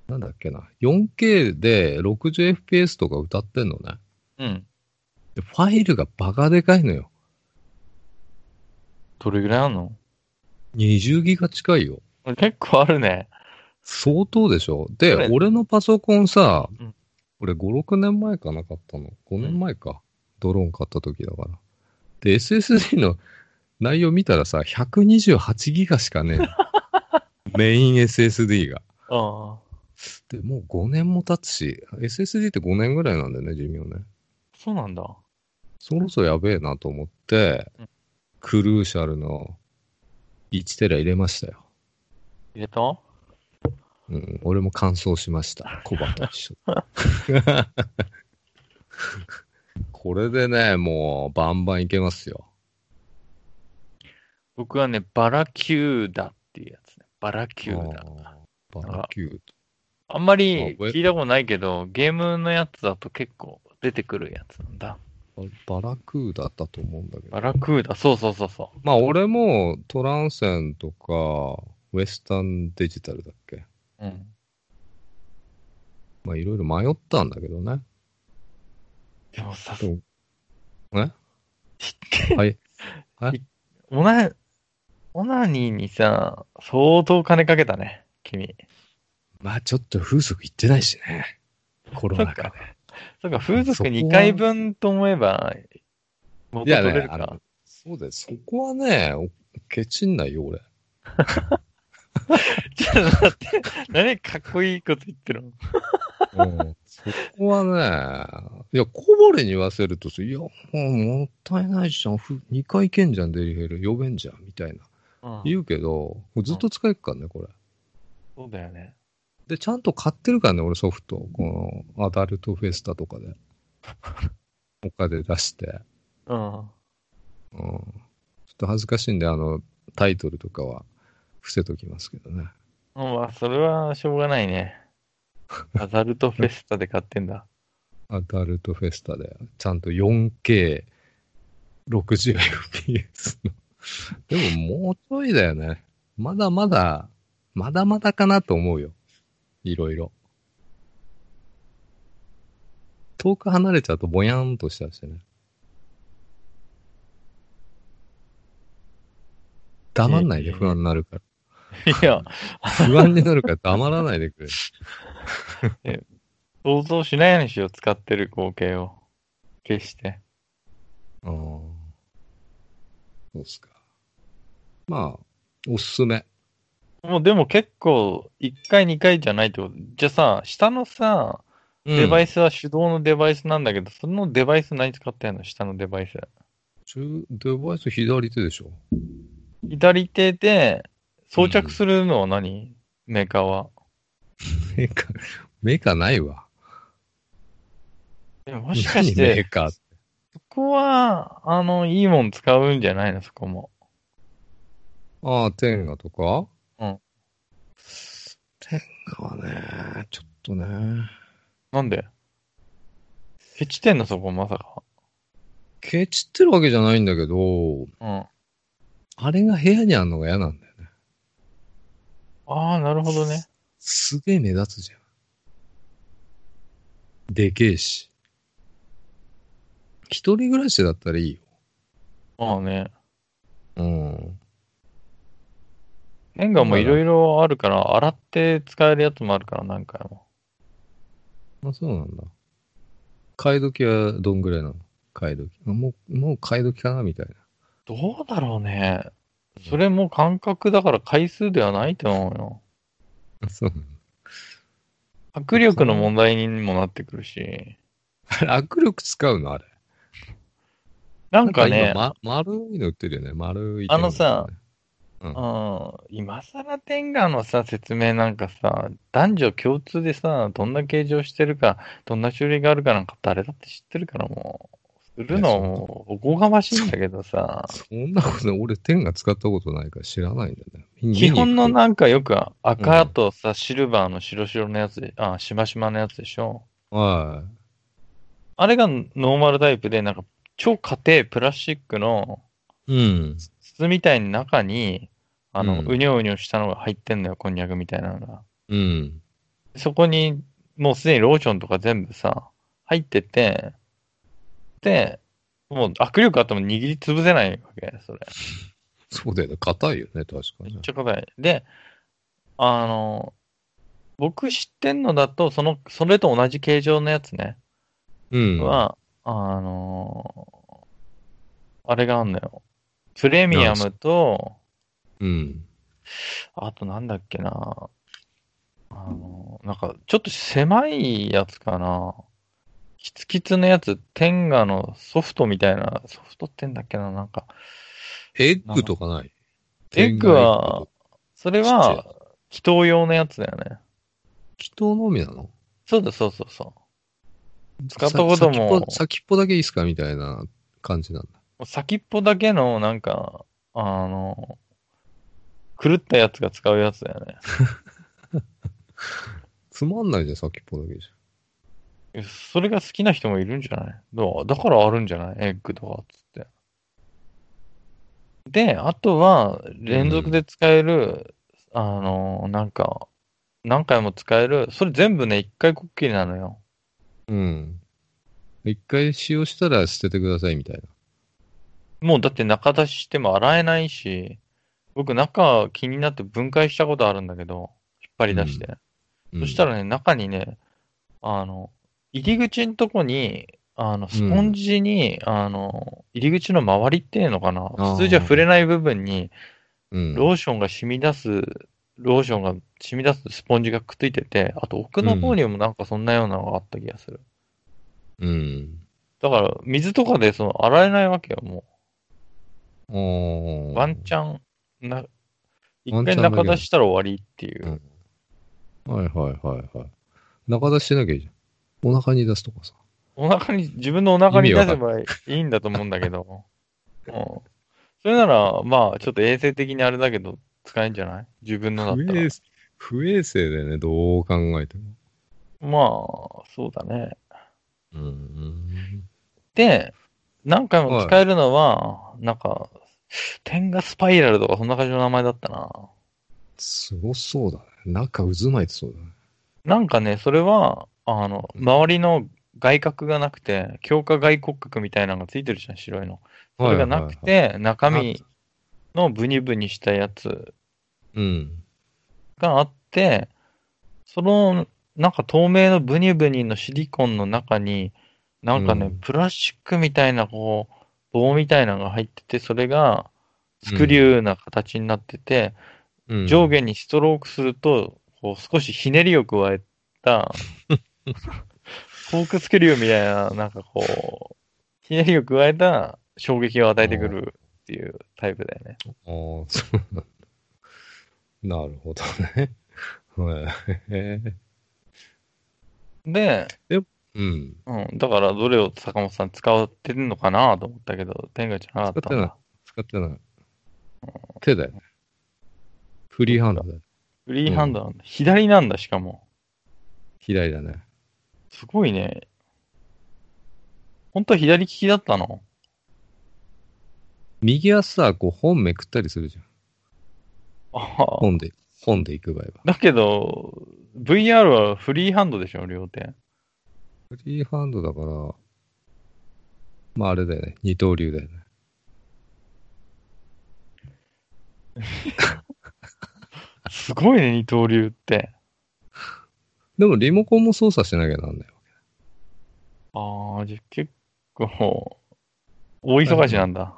B: なんだっけな、4K で 60fps とか歌ってんのね。
A: うん。
B: でファイルがバカでかいのよ。
A: どれぐらいあんの
B: 20ギガ近いよ。
A: 結構あるね。
B: 相当でしょで
A: それ、
B: 俺のパソコンさ、
A: うん
B: 俺5、6年前かな買ったの。5年前か。ドローン買った時だから。で、SSD の内容見たらさ、128ギガしかね えのメイン SSD が。
A: ああ。
B: で、もう5年も経つし、SSD って5年ぐらいなんだよね、寿命ね。
A: そうなんだ。
B: そろそろやべえなと思って、
A: うん
B: クルーシャルの1テラ入れましたよ。
A: 入れた
B: うん、俺も乾燥しました。コバ と一緒。これでね、もうバンバンいけますよ。
A: 僕はね、バラキューダっていうやつね。バラキューダ。
B: あーバラキュー
A: あんま
B: あ
A: り
B: 覚えて
A: 聞いたことないけど、ゲームのやつだと結構出てくるやつなんだ。
B: ダ。バラクーダだったと思うんだけど
A: バ。ラクーダ、そうそうそうそ
B: まあ俺もトランセンとか、ウェスタンデジタルだっけ。
A: う。うん。
B: まあいろいろ迷ったんだけどね。
A: でもさ、
B: でもはい。
A: オナ、オナニーにさ、相当金かけたね、君。
B: まあちょっと風俗行ってないしね。コロ
A: そ
B: ナ
A: っ
B: 禍で
A: か。。そっか、風
B: そ
A: 俗
B: こは
A: 2回分と思えば、元
B: いや
A: 取
B: ね
A: れる
B: あ
A: か
B: の。そうだよ。そこはね、おケチんないよ、俺。
A: ちょっと待って、 何かっこいいこと言ってるの
B: うんそこはね、いや、こぼれに言わせるとさ、いや、もうもったいないじゃん、2回行けんじゃん、デリヘル、呼べんじゃん、みたいな。
A: うん
B: 言うけど、もうずっと使えっからね、これ。
A: そうだよね。
B: で、ちゃんと買ってるからね、俺ソフト。この、アダルトフェスタとかで。お金出して。
A: うん。
B: うん。ちょっと恥ずかしいんで、あの、タイトルとかは伏せときますけどね。
A: うんまあ、それはしょうがない ね。アダルトフェスタで買ってんだ。
B: アダルトフェスタで、ちゃんと 4K、60fps の。でももうちょいだよね。まだまだ、まだまだかなと思うよ。いろいろ。遠く離れちゃうとぼやんとしちゃうしね。黙んないで不安になるから。
A: いや、
B: 不安になるから黙らないでくれ。
A: 想像しないようにしよう、使ってる光景を。決して。
B: ああ。そうっすか。まあ、おすすめ。
A: もうでも結構、1回2回じゃないってこと。じゃあさ、下のさ、デバイ
B: ス。
A: スは手動のデバイスなんだけど、そのデバイス何使ってんの下のデバイス。
B: デバイス左手でしょ。
A: 左手で装着するのは何、メーカーは。
B: メーカー、メーカーないわ。
A: でももしかし
B: 何メ
A: て
B: ー、カーって。
A: そこは、あの、いいもん使うんじゃないのそこも。
B: ああ、テンガとか
A: うん。
B: テンガはね、ちょっとね。
A: なんでケチてんのそこまさか。
B: ケチってるわけじゃないんだけど、
A: うん。あ
B: あれが部屋にあるのが嫌なんだよね。
A: あ、なるほどね。
B: すげえ目立つじゃん。でけえし。一人暮らしだったらいいよ。
A: まあね。
B: うん。
A: 変顔もいろいろあるから、洗って使えるやつもあるから、何回も。
B: あ、そうなんだ。買い時はどんぐらいなの買い時。あもう、もう買い時かなみたいな。
A: どうだろうね。それも感覚だから回数ではないと思うよ。
B: あそうなんだ
A: 迫力の問題にもなってくるし。
B: あれ、握力使うのあれ。
A: なんかね、
B: なん今ま、丸いの売ってるよね。丸い。
A: あのさ、
B: う
A: う
B: ん
A: ん、今更天下のさ、説明なんかさ、男女共通でさ、どんな形状してるか、どんな種類があるかなんか誰だって知ってるからもう、するのはもうおこがましいんだけどさ、
B: そんなことない、俺、天が使ったことないから知らないんだよね。見に
A: 基本の
B: 見に行く
A: なんかよく赤とさ、シルバーの白白のやつで、あ、しましまのやつでしょ。
B: と。は
A: あれがノーマルタイプで、なんか超硬いプラスチックの
B: い。うん。
A: 筒みたいに中に、あの、
B: う
A: うんにょうにょしたのが入ってんだよ、こんにゃくみたいなのが。
B: うん。
A: そこに、もうすでにローションとか全部さ、入ってて、で、もう握力あっても握り潰せないわけ、それ。
B: そうだよね。硬いよね、確か
A: め
B: に
A: っ。ちゃ硬い。で、あの、僕知ってんのだと、その、それと同じ形状のやつね、
B: うん。
A: は、あの、あれがあんのよ。プレミアムと、
B: うん。
A: あとなんだっけな。あの、なんか、ちょっと狭いやつかな。キツキツのやつ、テンガのソフトみたいな、ソフトってんだっけな、なんか。
B: エッグとかない
A: エッグは、、それは、祈祷用のやつだよね。
B: 祈祷のみなの
A: そうだ、そうそうそう。使ったことも
B: さ先っぽ先っぽだけいいっすかみたいな感じなんだ。
A: もう先っぽだけの、なんか、あの、狂ったやつが使うやつだよね。
B: つまんないじゃん、先っぽだけじ
A: それが好きな人もいるんじゃないどうだからあるんじゃないエッグとかっつって。で、あとは、連続で使える、あの、なんか、何回も使える、それ全部ね、一回こっきりなのよ。
B: ゃん。うん。一回使用したら捨ててくださいみたいな。
A: もうだって中出ししても洗えないし、僕中気になって分解したことあるんだけど、引っ張り出して。
B: うん
A: そしたらね、中にね、あの、入り口のとこに、あの、スポンジに、あの、入り口の周りっていうのかな
B: あー
A: 普通じゃ触れない部分に、
B: うん、
A: ローションが染み出す、ローションが染み出すスポンジがくっついてて、あと奥の方にもなんかそんなようなのがあった気がする。
B: うん。
A: だから、水とかでその洗えないわけよ、も
B: お
A: う。
B: ー
A: ワンチャン、な、
B: ワ
A: 一
B: ンチャ
A: 回
B: ンだけ。
A: 中出したら終わりっていううん
B: はいはいはいはい。中出ししなきゃいいじゃん。お腹に出すとかさ。
A: お腹に、自分のお腹に
B: 意
A: 出
B: 味
A: せ
B: わ
A: ばいいんだと思うんだけど。うん。それなら、まあ、ちょっと衛生的にあれだけど、使えんじゃない自分のだったら。
B: 生、不衛生だよね、どう考えても。
A: まあ、そうだね。
B: うん。
A: で、何回も使えるのは、なんか、天下スパイラルとか、そんな感じの名前だったな。
B: すごそうだね。中渦巻いてそうだね。
A: なんかね、それは、あの、周りの外角がなくて、強化外骨格みたいなのがついてるじゃん、白いの。それがなく
B: はいはいはい、
A: て、中身のブニブニしたやつ
B: うん。
A: があって、その、なんか透明のブニブニのシリコンの中に、なんかね、
B: うん
A: プラスチックみたいな、こう、棒みたいなのが入ってて、それが、スクリューな形になってて、
B: うん
A: 上下にストロークすると、こう、少しひねりを加えた、フォークスクリューみたいな、なんかこう、ひねりを加えた衝撃を与えてくるっていうタイプだよね。
B: ああ、そう なんだ。なるほどね。 はい
A: で、
B: うん。
A: うん、だからどれを坂本さん使ってんのかなと思ったけど、天下じゃなかったんだ。
B: 使ってない。手だよね。フリーハンドだよ。
A: フリーハンドなんだ。左なんだ、しかも。
B: 左だね。
A: すごいね。本当は左利きだったの
B: 右はさ、こう本めくったりするじゃん。
A: ああ。
B: 本で、本で行く場合は。
A: だけど、VR はフリーハンドでしょ、両手。
B: フリーハンドだから、まああれだよね。二刀流だよね。
A: ごいね、二刀流って。
B: でもリモコンも操作しなきゃなんないわ
A: ああ、じゃあ結構、大忙しなんだ。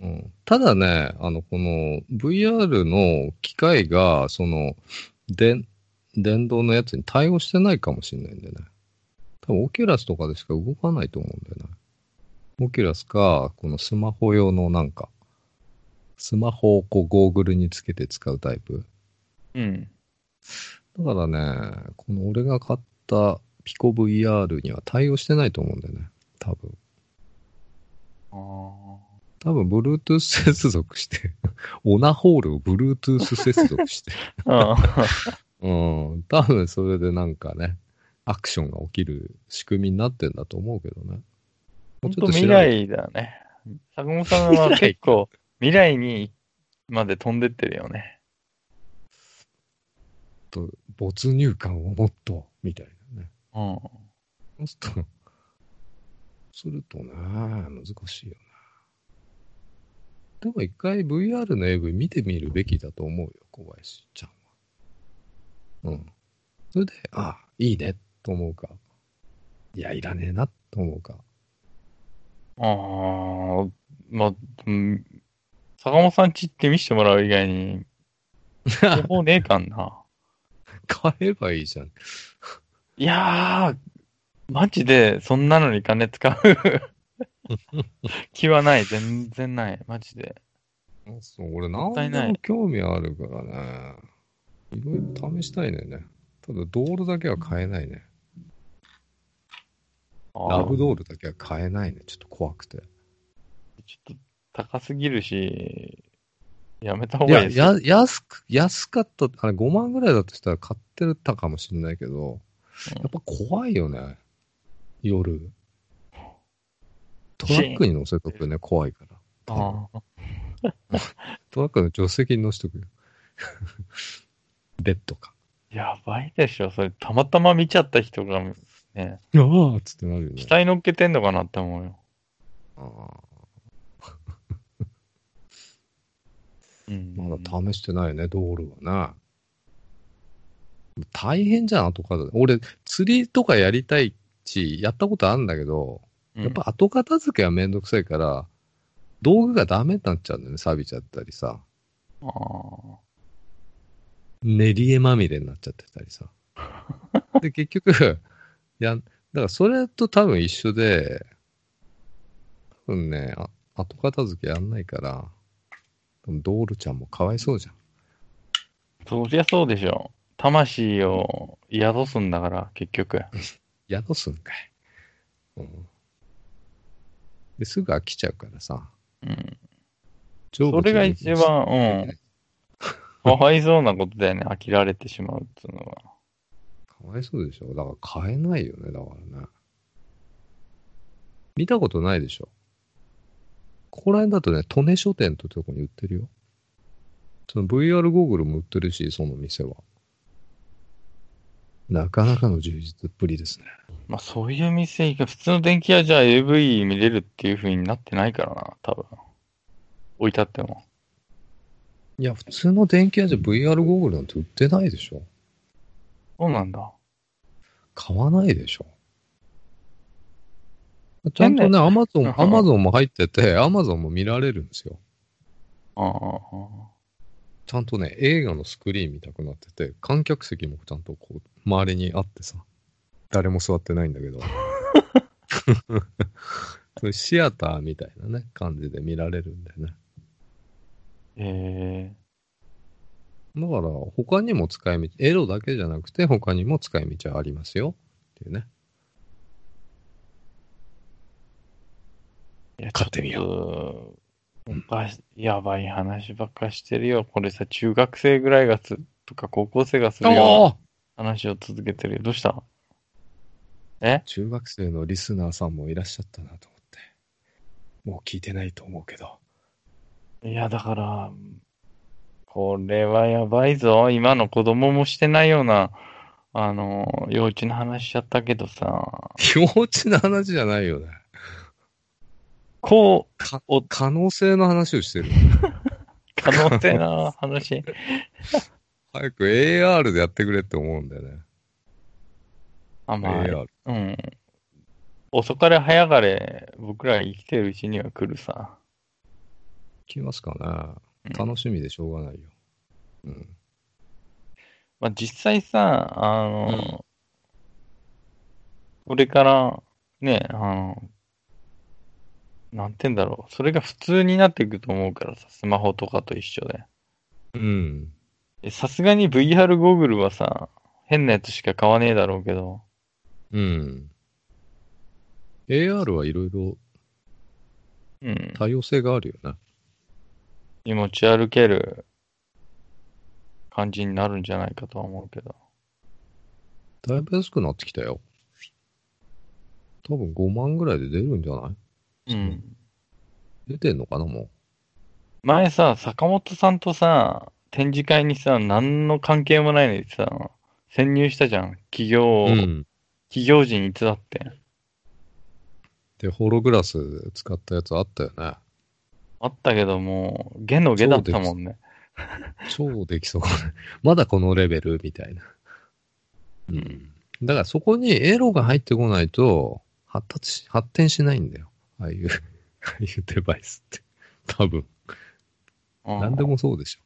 B: け。うん。ただね、あの、この VR の機械が、その、電、電動のやつに対応してないかもしれないんだよね。多分、オキュラスとかでしか動かないと思うんだよね。オキュラスか、このスマホ用のなんか、スマホをこうゴーグルにつけて使うタイプ。
A: うん。
B: だからね、この俺が買ったピコ VR には対応してないと思うんだよね。多分。
A: あー
B: 多分、Bluetooth 接続して、オナホールを Bluetooth 接続して、
A: あー。
B: うん、多分それでなんかね、アクションが起きる仕組みになってんだと思うけどね。もう
A: 本
B: ち
A: 当
B: ょっと
A: 未
B: 調べて
A: 来だね。坂本さんは結構、未来にまで飛んでってるよね。
B: 没入感をもっと、みたいなね。
A: うん。
B: そうすると、するとね、難しいよね。でも一回 VR の AV 見てみるべきだと思うよ、小林ちゃんは。うん。それで、あいいね、と思うか。いや、いらねえな、と思うか。
A: ああ、まあ、うん坂本さんち行って見せてもらう以外 に、方法ねえかんな。
B: 買えばいいじゃん。
A: いやー、マジで、そんなのに金使 う気はない。全然ない。マジで。
B: そう、俺
A: も
B: 何
A: ったい
B: で
A: ない
B: も興味あるからね。いろいろ試したいのよね。ただ、ドールだけは買えないね。
A: あ
B: ラ
A: ー
B: ブドールだけは買えないね。ちょっと怖くて。
A: ちょっと高すぎるし、やめた方
B: い
A: が
B: や、
A: いいですよ。
B: や、安く、安かった、あれ5万ぐらいだとしたら買ってたかもしれないけど、
A: うん
B: やっぱ怖いよね。夜。トラックに乗せとくね、怖いから。
A: あー
B: トラックの助手席に乗せとくよ。 ベッドか。
A: やばいでしょ。それ、たまたま見ちゃった人が、ね、
B: ああっつってなるよね
A: 死。体乗っけてんのかなって思うよ。
B: あー
A: うん。
B: まだ試してないよね、道路はね。大変じゃん、後片付け。俺、釣りとかやりたいし、やったことあるんだけど、
A: うん
B: やっぱ後片付けはめんどくさいから、道具がダメになっちゃうんだよね、錆びちゃったりさ。
A: あー
B: 練り絵まみれになっちゃってたり さ。で、結局、やん、だからそれと多分一緒で、多分ね、あ後片付けやんないから、多分ドールちゃんもかわいそうじゃん。
A: そりゃそうでしょ。魂を宿すんだから、結局。
B: 宿すんかい。うん。で、すぐ飽きちゃうからさ。
A: うん。
B: 成
A: そ
B: 仏
A: れが
B: でき
A: 一
B: ないし
A: 番、うん。かわいそうなことだよね。飽きられてしまうっていうのは。
B: かわいそうでしょ。だから買えないよね、だからね。見たことないでしょ。ここら辺だとね、利根書店というとこに売ってるよ。その VR ゴーグルも売ってるし、その店は。なかなかの充実っぷりですね。
A: まあそういう店行く。普通の電気屋じゃ AV 見れるっていう風になってないからな、多分。置いてあっても。
B: いや、普通の電気屋じゃ VR ゴーグルなんて売ってないでしょ。
A: そうなんだ。
B: 買わないでしょ。ちゃんと
A: 変
B: ね、アマゾ
A: うん
B: ン、アマゾンも入ってて、アマゾンも見られるんですよ。
A: ああ。
B: ちゃんとね、映画のスクリーン見たくなってて、観客席もちゃんとこう、周りにあってさ、誰も座ってないんだけど。そういうシアターみたいなね、感じで見られるんだよね。
A: ええ
B: だから、他にも使い道、エロだけじゃなくて、他にも使い道はありますよ。っていうね。
A: いや
B: 買ってみよ
A: う。おかしやばい話ばっかしてるよ。これさ、中学生ぐらいがつ、とか高校生がするよ
B: ー
A: うな話を続けてるよ。どうしたえ
B: 中学生のリスナーさんもいらっしゃったなと思って。もう聞いてないと思う けど。
A: いや、だから、これはやばいぞ。今の子供もしてないような、あの、幼稚な話しちゃったけどさ、
B: 幼稚な話じゃないよね。
A: こう、
B: か可能性の話をしてる。
A: 可能性な話。
B: 早く AR でやってくれって思うんだよね。
A: あ、まあ、
B: AR。
A: うん。遅かれ早かれ、僕ら生きてるうちには来るさ。
B: 来ますか
A: うん
B: ね。楽しみでしょうがないよ。うん。
A: まあ、実際さ、あの、これから、ね、あの、なんて言うんだろう。それが普通になっていくと思うからさ、スマホとかと一緒で
B: うん。
A: え。さすがに VR ゴーグルはさ、変なやつしか買わねえだろうけど、
B: うん。AR はいろいろ
A: うん。
B: 多様性があるよね。
A: 持ち歩ける感じになるんじゃないかとは思うけど。
B: だいぶ安くなってきたよ。多分5万ぐらいで出るんじゃない
A: うん。
B: 出てんのかなも
A: 前さ、坂本さんとさ、展示会にさ、何の関係もないのにさ、潜入したじゃん。企業
B: う。
A: を、
B: うん。
A: 企業人偽って。
B: で、ホログラス使ったやつあったよね。
A: あったけども、下の下だったもんね。
B: 超できそう。 まだこのレベルみたいな。うん。だからそこにエロが入ってこないと発達し、発展しないんだよ。ああいう、 ああいうデバイスって。多分。
A: うん
B: 何で。もそうでしょ。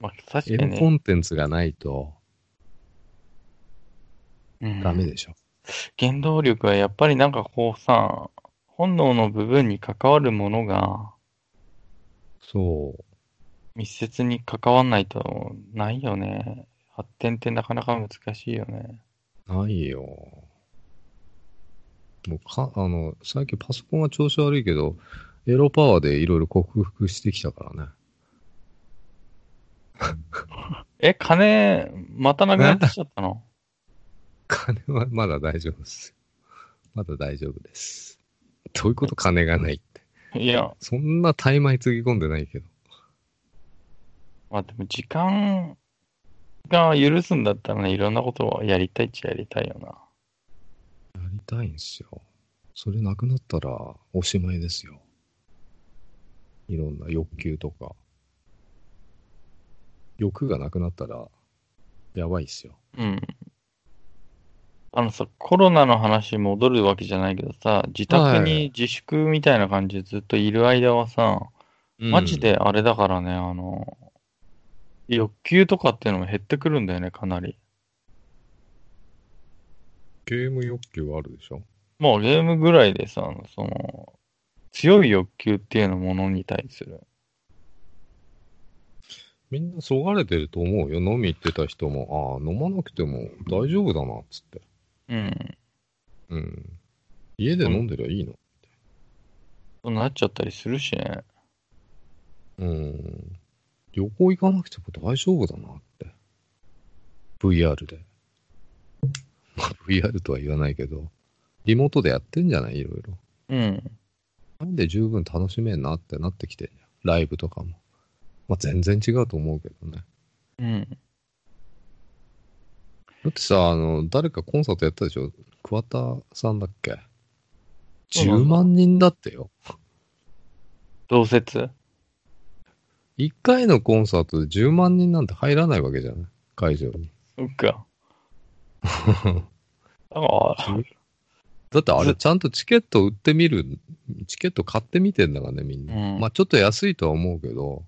A: まあ、確
B: エ
A: か
B: ロ
A: に
B: コ
A: ね。
B: ンテンツがないと
A: うん
B: ダメでしょ。
A: 原動力はやっぱりなんかこうさ、本能の部分に関わるものが
B: そう。
A: 密接に関わんないとないよね。発展ってなかなか難しいよね。
B: ないよ。もうか、あの、最近パソコンが調子悪いけど、エロパワーでいろいろ克服してきたからね。
A: え、金、またなくなってきちゃったの
B: 金はまだ大丈夫です。まだ大丈夫です。どういうこと金がないって。
A: いや、
B: そんな大枚つぎ込んでないけど。
A: まあでも時間が許すんだったらね、いろんなことをやりたいっちゃやりたいよな。
B: やりたいんですよ。それなくなったらおしまいですよ。いろんな欲求とか。欲がなくなったら、やばいっすよ。
A: うん。あのさ、コロナの話戻るわけじゃないけどさ、自宅に自粛みたいな感じでずっといる間はさ、マジであれだからね、あの、欲求とかっていうのも減ってくるんだよね、かなり。
B: ゲーム欲求はあるでしょ
A: まあゲームぐらいでさ、その、強い欲求っていうのものに対する。
B: みんなそがれてると思うよ。飲み行ってた人も、ああ、飲まなくても大丈夫だな、つって。
A: うん。
B: うん。家で飲んでりゃいいの。
A: そうなっちゃったりするしね。
B: うん。旅行行かなくても大丈夫だなって。VR で。まあ、VR とは言わないけど、リモートでやってんじゃないいろいろ。
A: うん。
B: なんで十分楽しめんなってなってきてんじゃん。ライブとかも。まあ、全然違うと思うけどね。
A: うん。
B: だってさ、あの、誰かコンサートやったでしょ桑田さんだっけ
A: そうなんだ
B: ?10 万人だってよ。
A: 同説
B: 1回のコンサートで10万人なんて入らないわけじゃない会場に。
A: そっか。だから、
B: だってあ
A: ず
B: れちゃんとチケット売ってみる、チケット買ってみてんだからね、みんな。
A: うん
B: まあちょっと安いとは思うけど、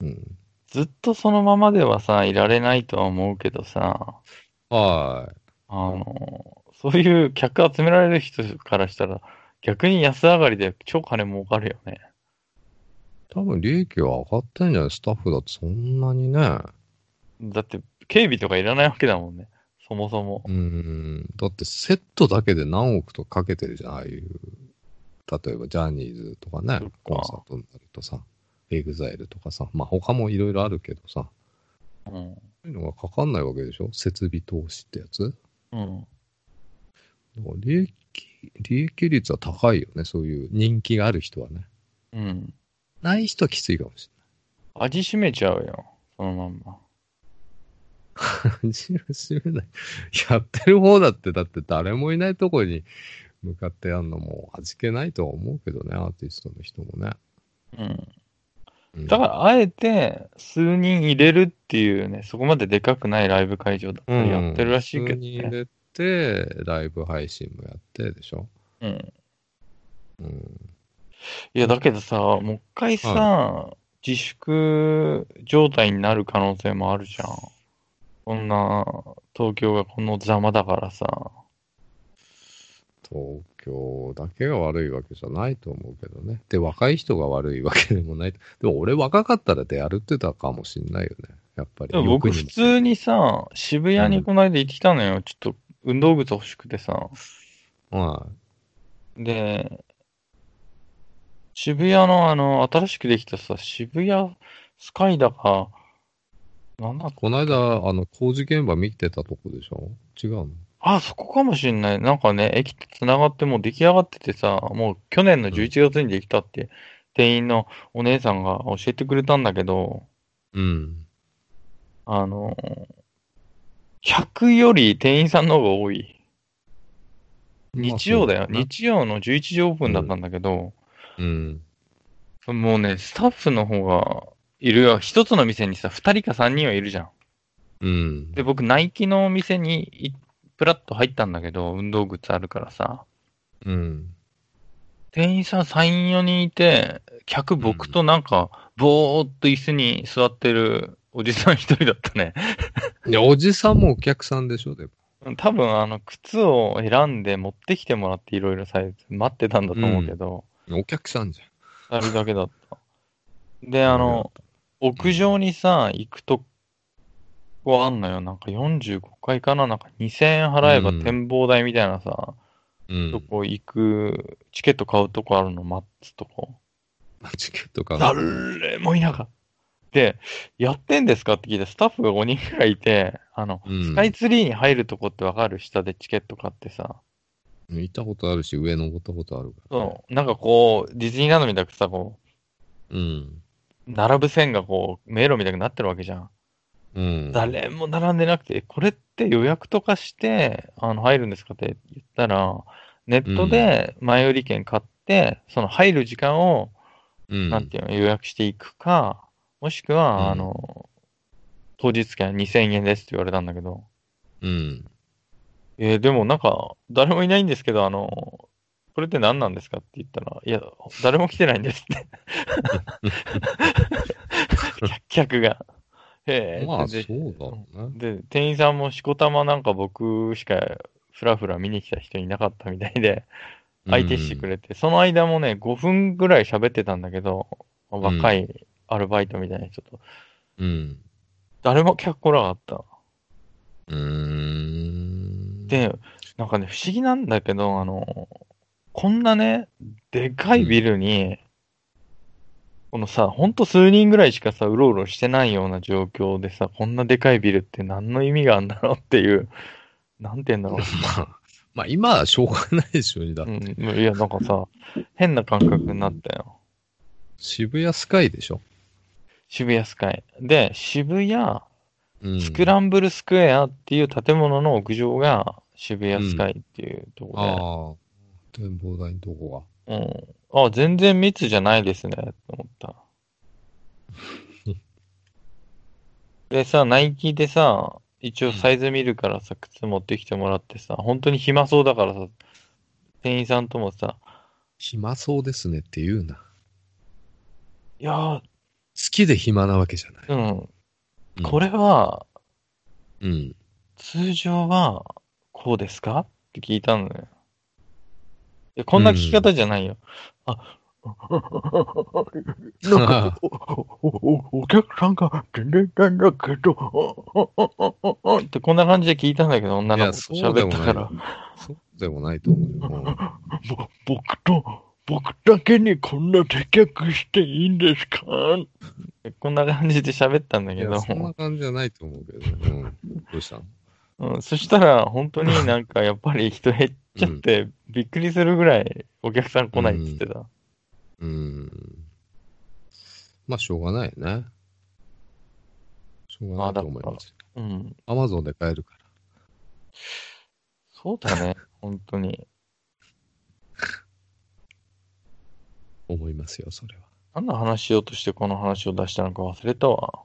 B: うん。
A: ずっとそのままではさ、いられないとは思うけどさ、
B: は
A: あの、そういう客集められる人からしたら、逆に安上がりで超金儲かるよね。
B: い。多分利益は上がってんじゃないスタッフだってそんなにね。
A: だって、警備とかいらないわけだもんね。そもそも。
B: うん。だってセットだけで何億とかけてるじゃん、ああいう。例えばジャニーズとかね
A: そっか、
B: コンサートになるとさ、エグザイルとかさ、まあ他もいろいろあるけどさ、
A: うん。
B: そういうのがかかんないわけでしょ設備投資ってやつ。
A: うん。
B: だから利益、利益率は高いよね、そういう人気がある人はね。
A: うん。
B: ない人はきついかもし
A: 味しめちゃうよ。そのまんま。
B: れない。じるしめない。やってる方だって、だって誰もいないとこに向かってやるのも味気ないとは思うけどね、アーティストの人もね。
A: うん。
B: うん
A: だから、あえて、数人入れるっていうね、そこまででかくないライブ会場だったりやってるらしいけ
B: 普通に
A: ど
B: 入
A: ね。
B: れて、ライブ配信もやってでしょ。
A: うん。
B: うん。
A: いや、だけどさ、もう一回さ、自粛状態になる可能性もあるじゃん。こんな、東京がこのざまだからさ。
B: 東京だけが悪いわけじゃないと思うけどね。で、若い人が悪いわけでもない。でも俺若かったら出歩ってたかもしんないよね。やっぱり。
A: でも僕
B: 欲に
A: 普通にさ、渋谷にこの間行ってきたのよ。ちょっと運動靴欲しくてさ。
B: は
A: で、渋谷のあの、新しくできたさ、渋谷スカイだか、なんだっ
B: い。この間、あの、工事現場見てたとこでしょ違うの
A: あ、そこかもしんない。なんかね、駅と繋がってもう出来上がっててさ、もう去年の11月にできたって、店員のお姉さんが教えてくれたんだけど、
B: うん。
A: あの、100より店員さんの方が多い。日曜だよ。
B: まあそう
A: 日曜の11時オープンだったんだけど、
B: だなうん。
A: もうね、スタッフの方がいるよ。一つの店にさ、二人か三人はいるじゃん。
B: うん。
A: で、僕、ナイキのお店にいプラッと入ったんだけど、運動靴あるからさ、
B: うん。
A: 店員さん3、4人いて、客僕となんか、ぼーっと椅子に座ってるおじさん一人だったね。
B: いや、おじさんもお客さんでしょでも。
A: 多分、あの、靴を選んで持ってきてもらっていろいろサイズ待ってたんだと思うけど、
B: お客さんじ
A: あれだけだった。で、
B: ゃん。
A: あの、、屋上にさ、行くとこあんのよ。なんか45階かななんか2000円払えば
B: うん
A: 展望台みたいなさ、
B: うん。
A: とこ行く、チケット買うとこあるの待つとこ。
B: チケットか。
A: 誰もいなかった。で、やってんですかって聞いて、スタッフが5人くらいいて、あの、
B: うん
A: スカイツリーに入るとこってわかる下でチケット買ってさ、
B: 行ったことあるし、上登ったことあるから。
A: そう、なんかこう、ディズニーランドみたくさ、こ
B: う。うん。
A: う、並ぶ線がこう、迷路みたくなってるわけじゃん。
B: うん。
A: 誰も並んでなくて、えこれって予約とかして、あの、入るんですかって言ったら、ネットで前売り券買って、その入る時間を、
B: うん。
A: なんていうの、予約していくか、もしくは、
B: うん
A: あの、当日券2000円ですって言われたんだけど、
B: うん。
A: えーでもなんか、誰もいないんですけど、あの、これって何なんですかって言ったら、いや、誰も来てないんです って。客が。えー
B: まあ、そ
A: で
B: うだろうね。
A: で、店員さんもしこたまなんか僕しかふらふら見に来た人いなかったみたいで、相手してく
B: れ。
A: れて、その間もね、5分ぐらい喋ってたんだけど、若いアルバイトみたいな人と、
B: うん。
A: 誰も客来なかった。
B: うーん。、
A: で、なんかね、不思議なんだけど、あの、こんなね、でかいビルに、このさ、ほんと数人ぐらいしかさ、うろうろしてないような状況でさ、こんなでかいビルって何の意味があるんだろうっていう、なんて言うんだろう。
B: まあ、まあ、今はしょうがないでしょうね。だって
A: うん、いや、なんかさ、変な感覚になったよ。
B: 渋谷スカイでしょ。
A: 渋谷スカイ。で、渋谷
B: うん。
A: スクランブルスクエアっていう建物の屋上が渋谷スカイっていうとこ
B: ああ。展望台のとこ
A: で、うん。あ、全然密じゃないですね、と思 った。でさ、ナイキでさ、一応サイズ見るからさ、靴持ってきてもらってさ、本当に暇そうだからさ、店員さんともさ、
B: が。暇そうですねって言うな。好
A: いやー、
B: きで暇なわけじゃない。
A: うん、
B: うん
A: これは、
B: うん。
A: 通常はこうですかって聞いたのよ。いやこんな聞き方じゃないよ。あ、 なんかおおおお客さんが全然なんだけど、ああああってこんな感じで聞いたんだけど、女の子と
B: いやそうで
A: 喋っ
B: も
A: た
B: ない
A: から、
B: そうでもないと思うよ。うん
A: ぼ僕と、僕だけにこんな接客していいんですかこんな感じで喋ったんだ
B: い
A: け
B: や、
A: ど、
B: そんな感じじゃないと思うけどね。うん。どうしたの
A: うん、そしたら、本当になんかやっぱり人減っちゃって、びっくりするぐらいお客さん来ないって言ってた。
B: うん。まあ、しょうがないよね。しょうがないと思います
A: う
B: よ。
A: ん。
B: アマゾンで買えるから。
A: そうだね、本当に。
B: 思いますよ、それは。
A: 何の話しようとしてこの話を出したのか忘れたわ。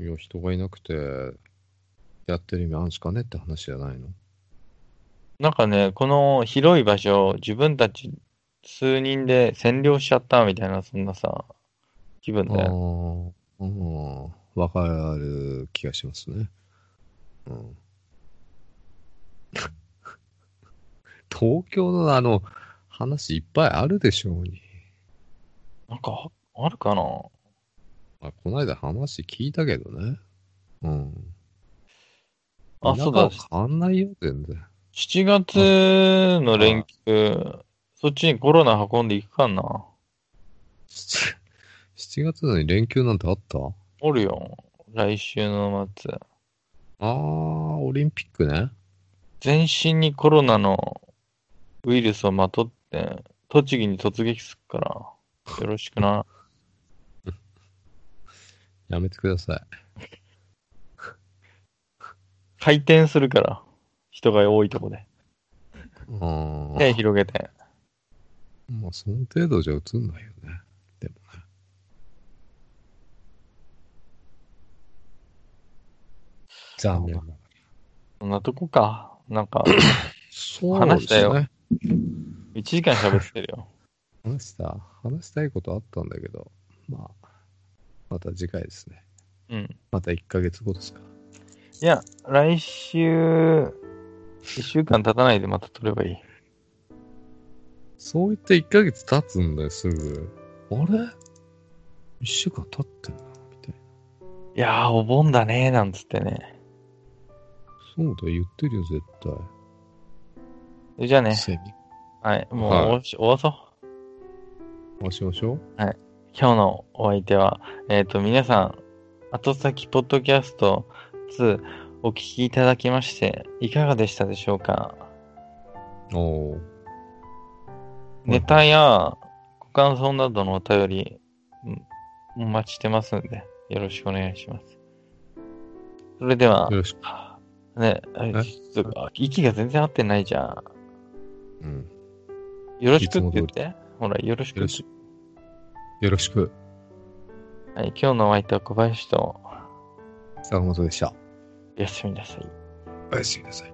B: いや、人がいなくて、やってる意味あるんすかねって話じゃないの
A: なんかね、この広い場所を自分たち数人で占領しちゃったみたいな、そんなさ、気分
B: あ
A: だよ。
B: ーうん。わかる気がしますね。うん。 東京のあの、話いっぱいあるでしょうに。
A: なんかあ、あるかな
B: まあ、この間話聞いたけどね。うん。
A: あ、そうだ
B: 田。舎は変わんないよ、全然。
A: 7月の連休、そっちにコロナ運んでいくかな。
B: 7月のに連休なんてあった
A: おるよ。来週の末。
B: あー、オリンピックね。
A: 全身にコロナのウイルスをまとって、栃木に突撃すっから、よろしくな。
B: やめてください。
A: 回転するから、人が多いとこで。
B: あー
A: 手広げて。
B: まあ、その程度じゃ映んないよね。でもね。残念。
A: そんなとこか。なんか、
B: そ
A: 話したよ
B: うですね。
A: 1時間喋ってるよ。
B: 話した。話したいことあったんだけど、まあ、また次回ですね。
A: うん。
B: また1ヶ月後ですか。
A: いや、来週、1週間経たないでまた撮ればいい。
B: そう言って1ヶ月経つんだよ、すぐ。あれ ?1 週間経ってんな、みたいな。
A: いやー、お盆だねーなんつってね。
B: そうだ、言ってるよ、絶対。
A: じゃあね、
B: セミ。
A: はい、もう
B: はい
A: 終わし終わそう。
B: おしましょう。
A: 今日のお相手は、えっ、と、皆さん、後先ポッドキャスト2お聞きいただきまして、いかがでしたでしょうか
B: おー
A: ネタやご感想などのお便り、うんお待ちしてますんで、よろしくお願いします。それでは
B: よ、ろしく。
A: ね、あちょっと息が全然合ってないじゃん。
B: うん。
A: よろしくって
B: いつ
A: 言
B: も
A: っ
B: 通
A: て。ほら、よろし
B: よ
A: くっ
B: ろ
A: て
B: しく。よろしく。
A: はい、今日のお相手は小林と、
B: 坂本でした。
A: おやすみなさい。
B: おやすみなさい。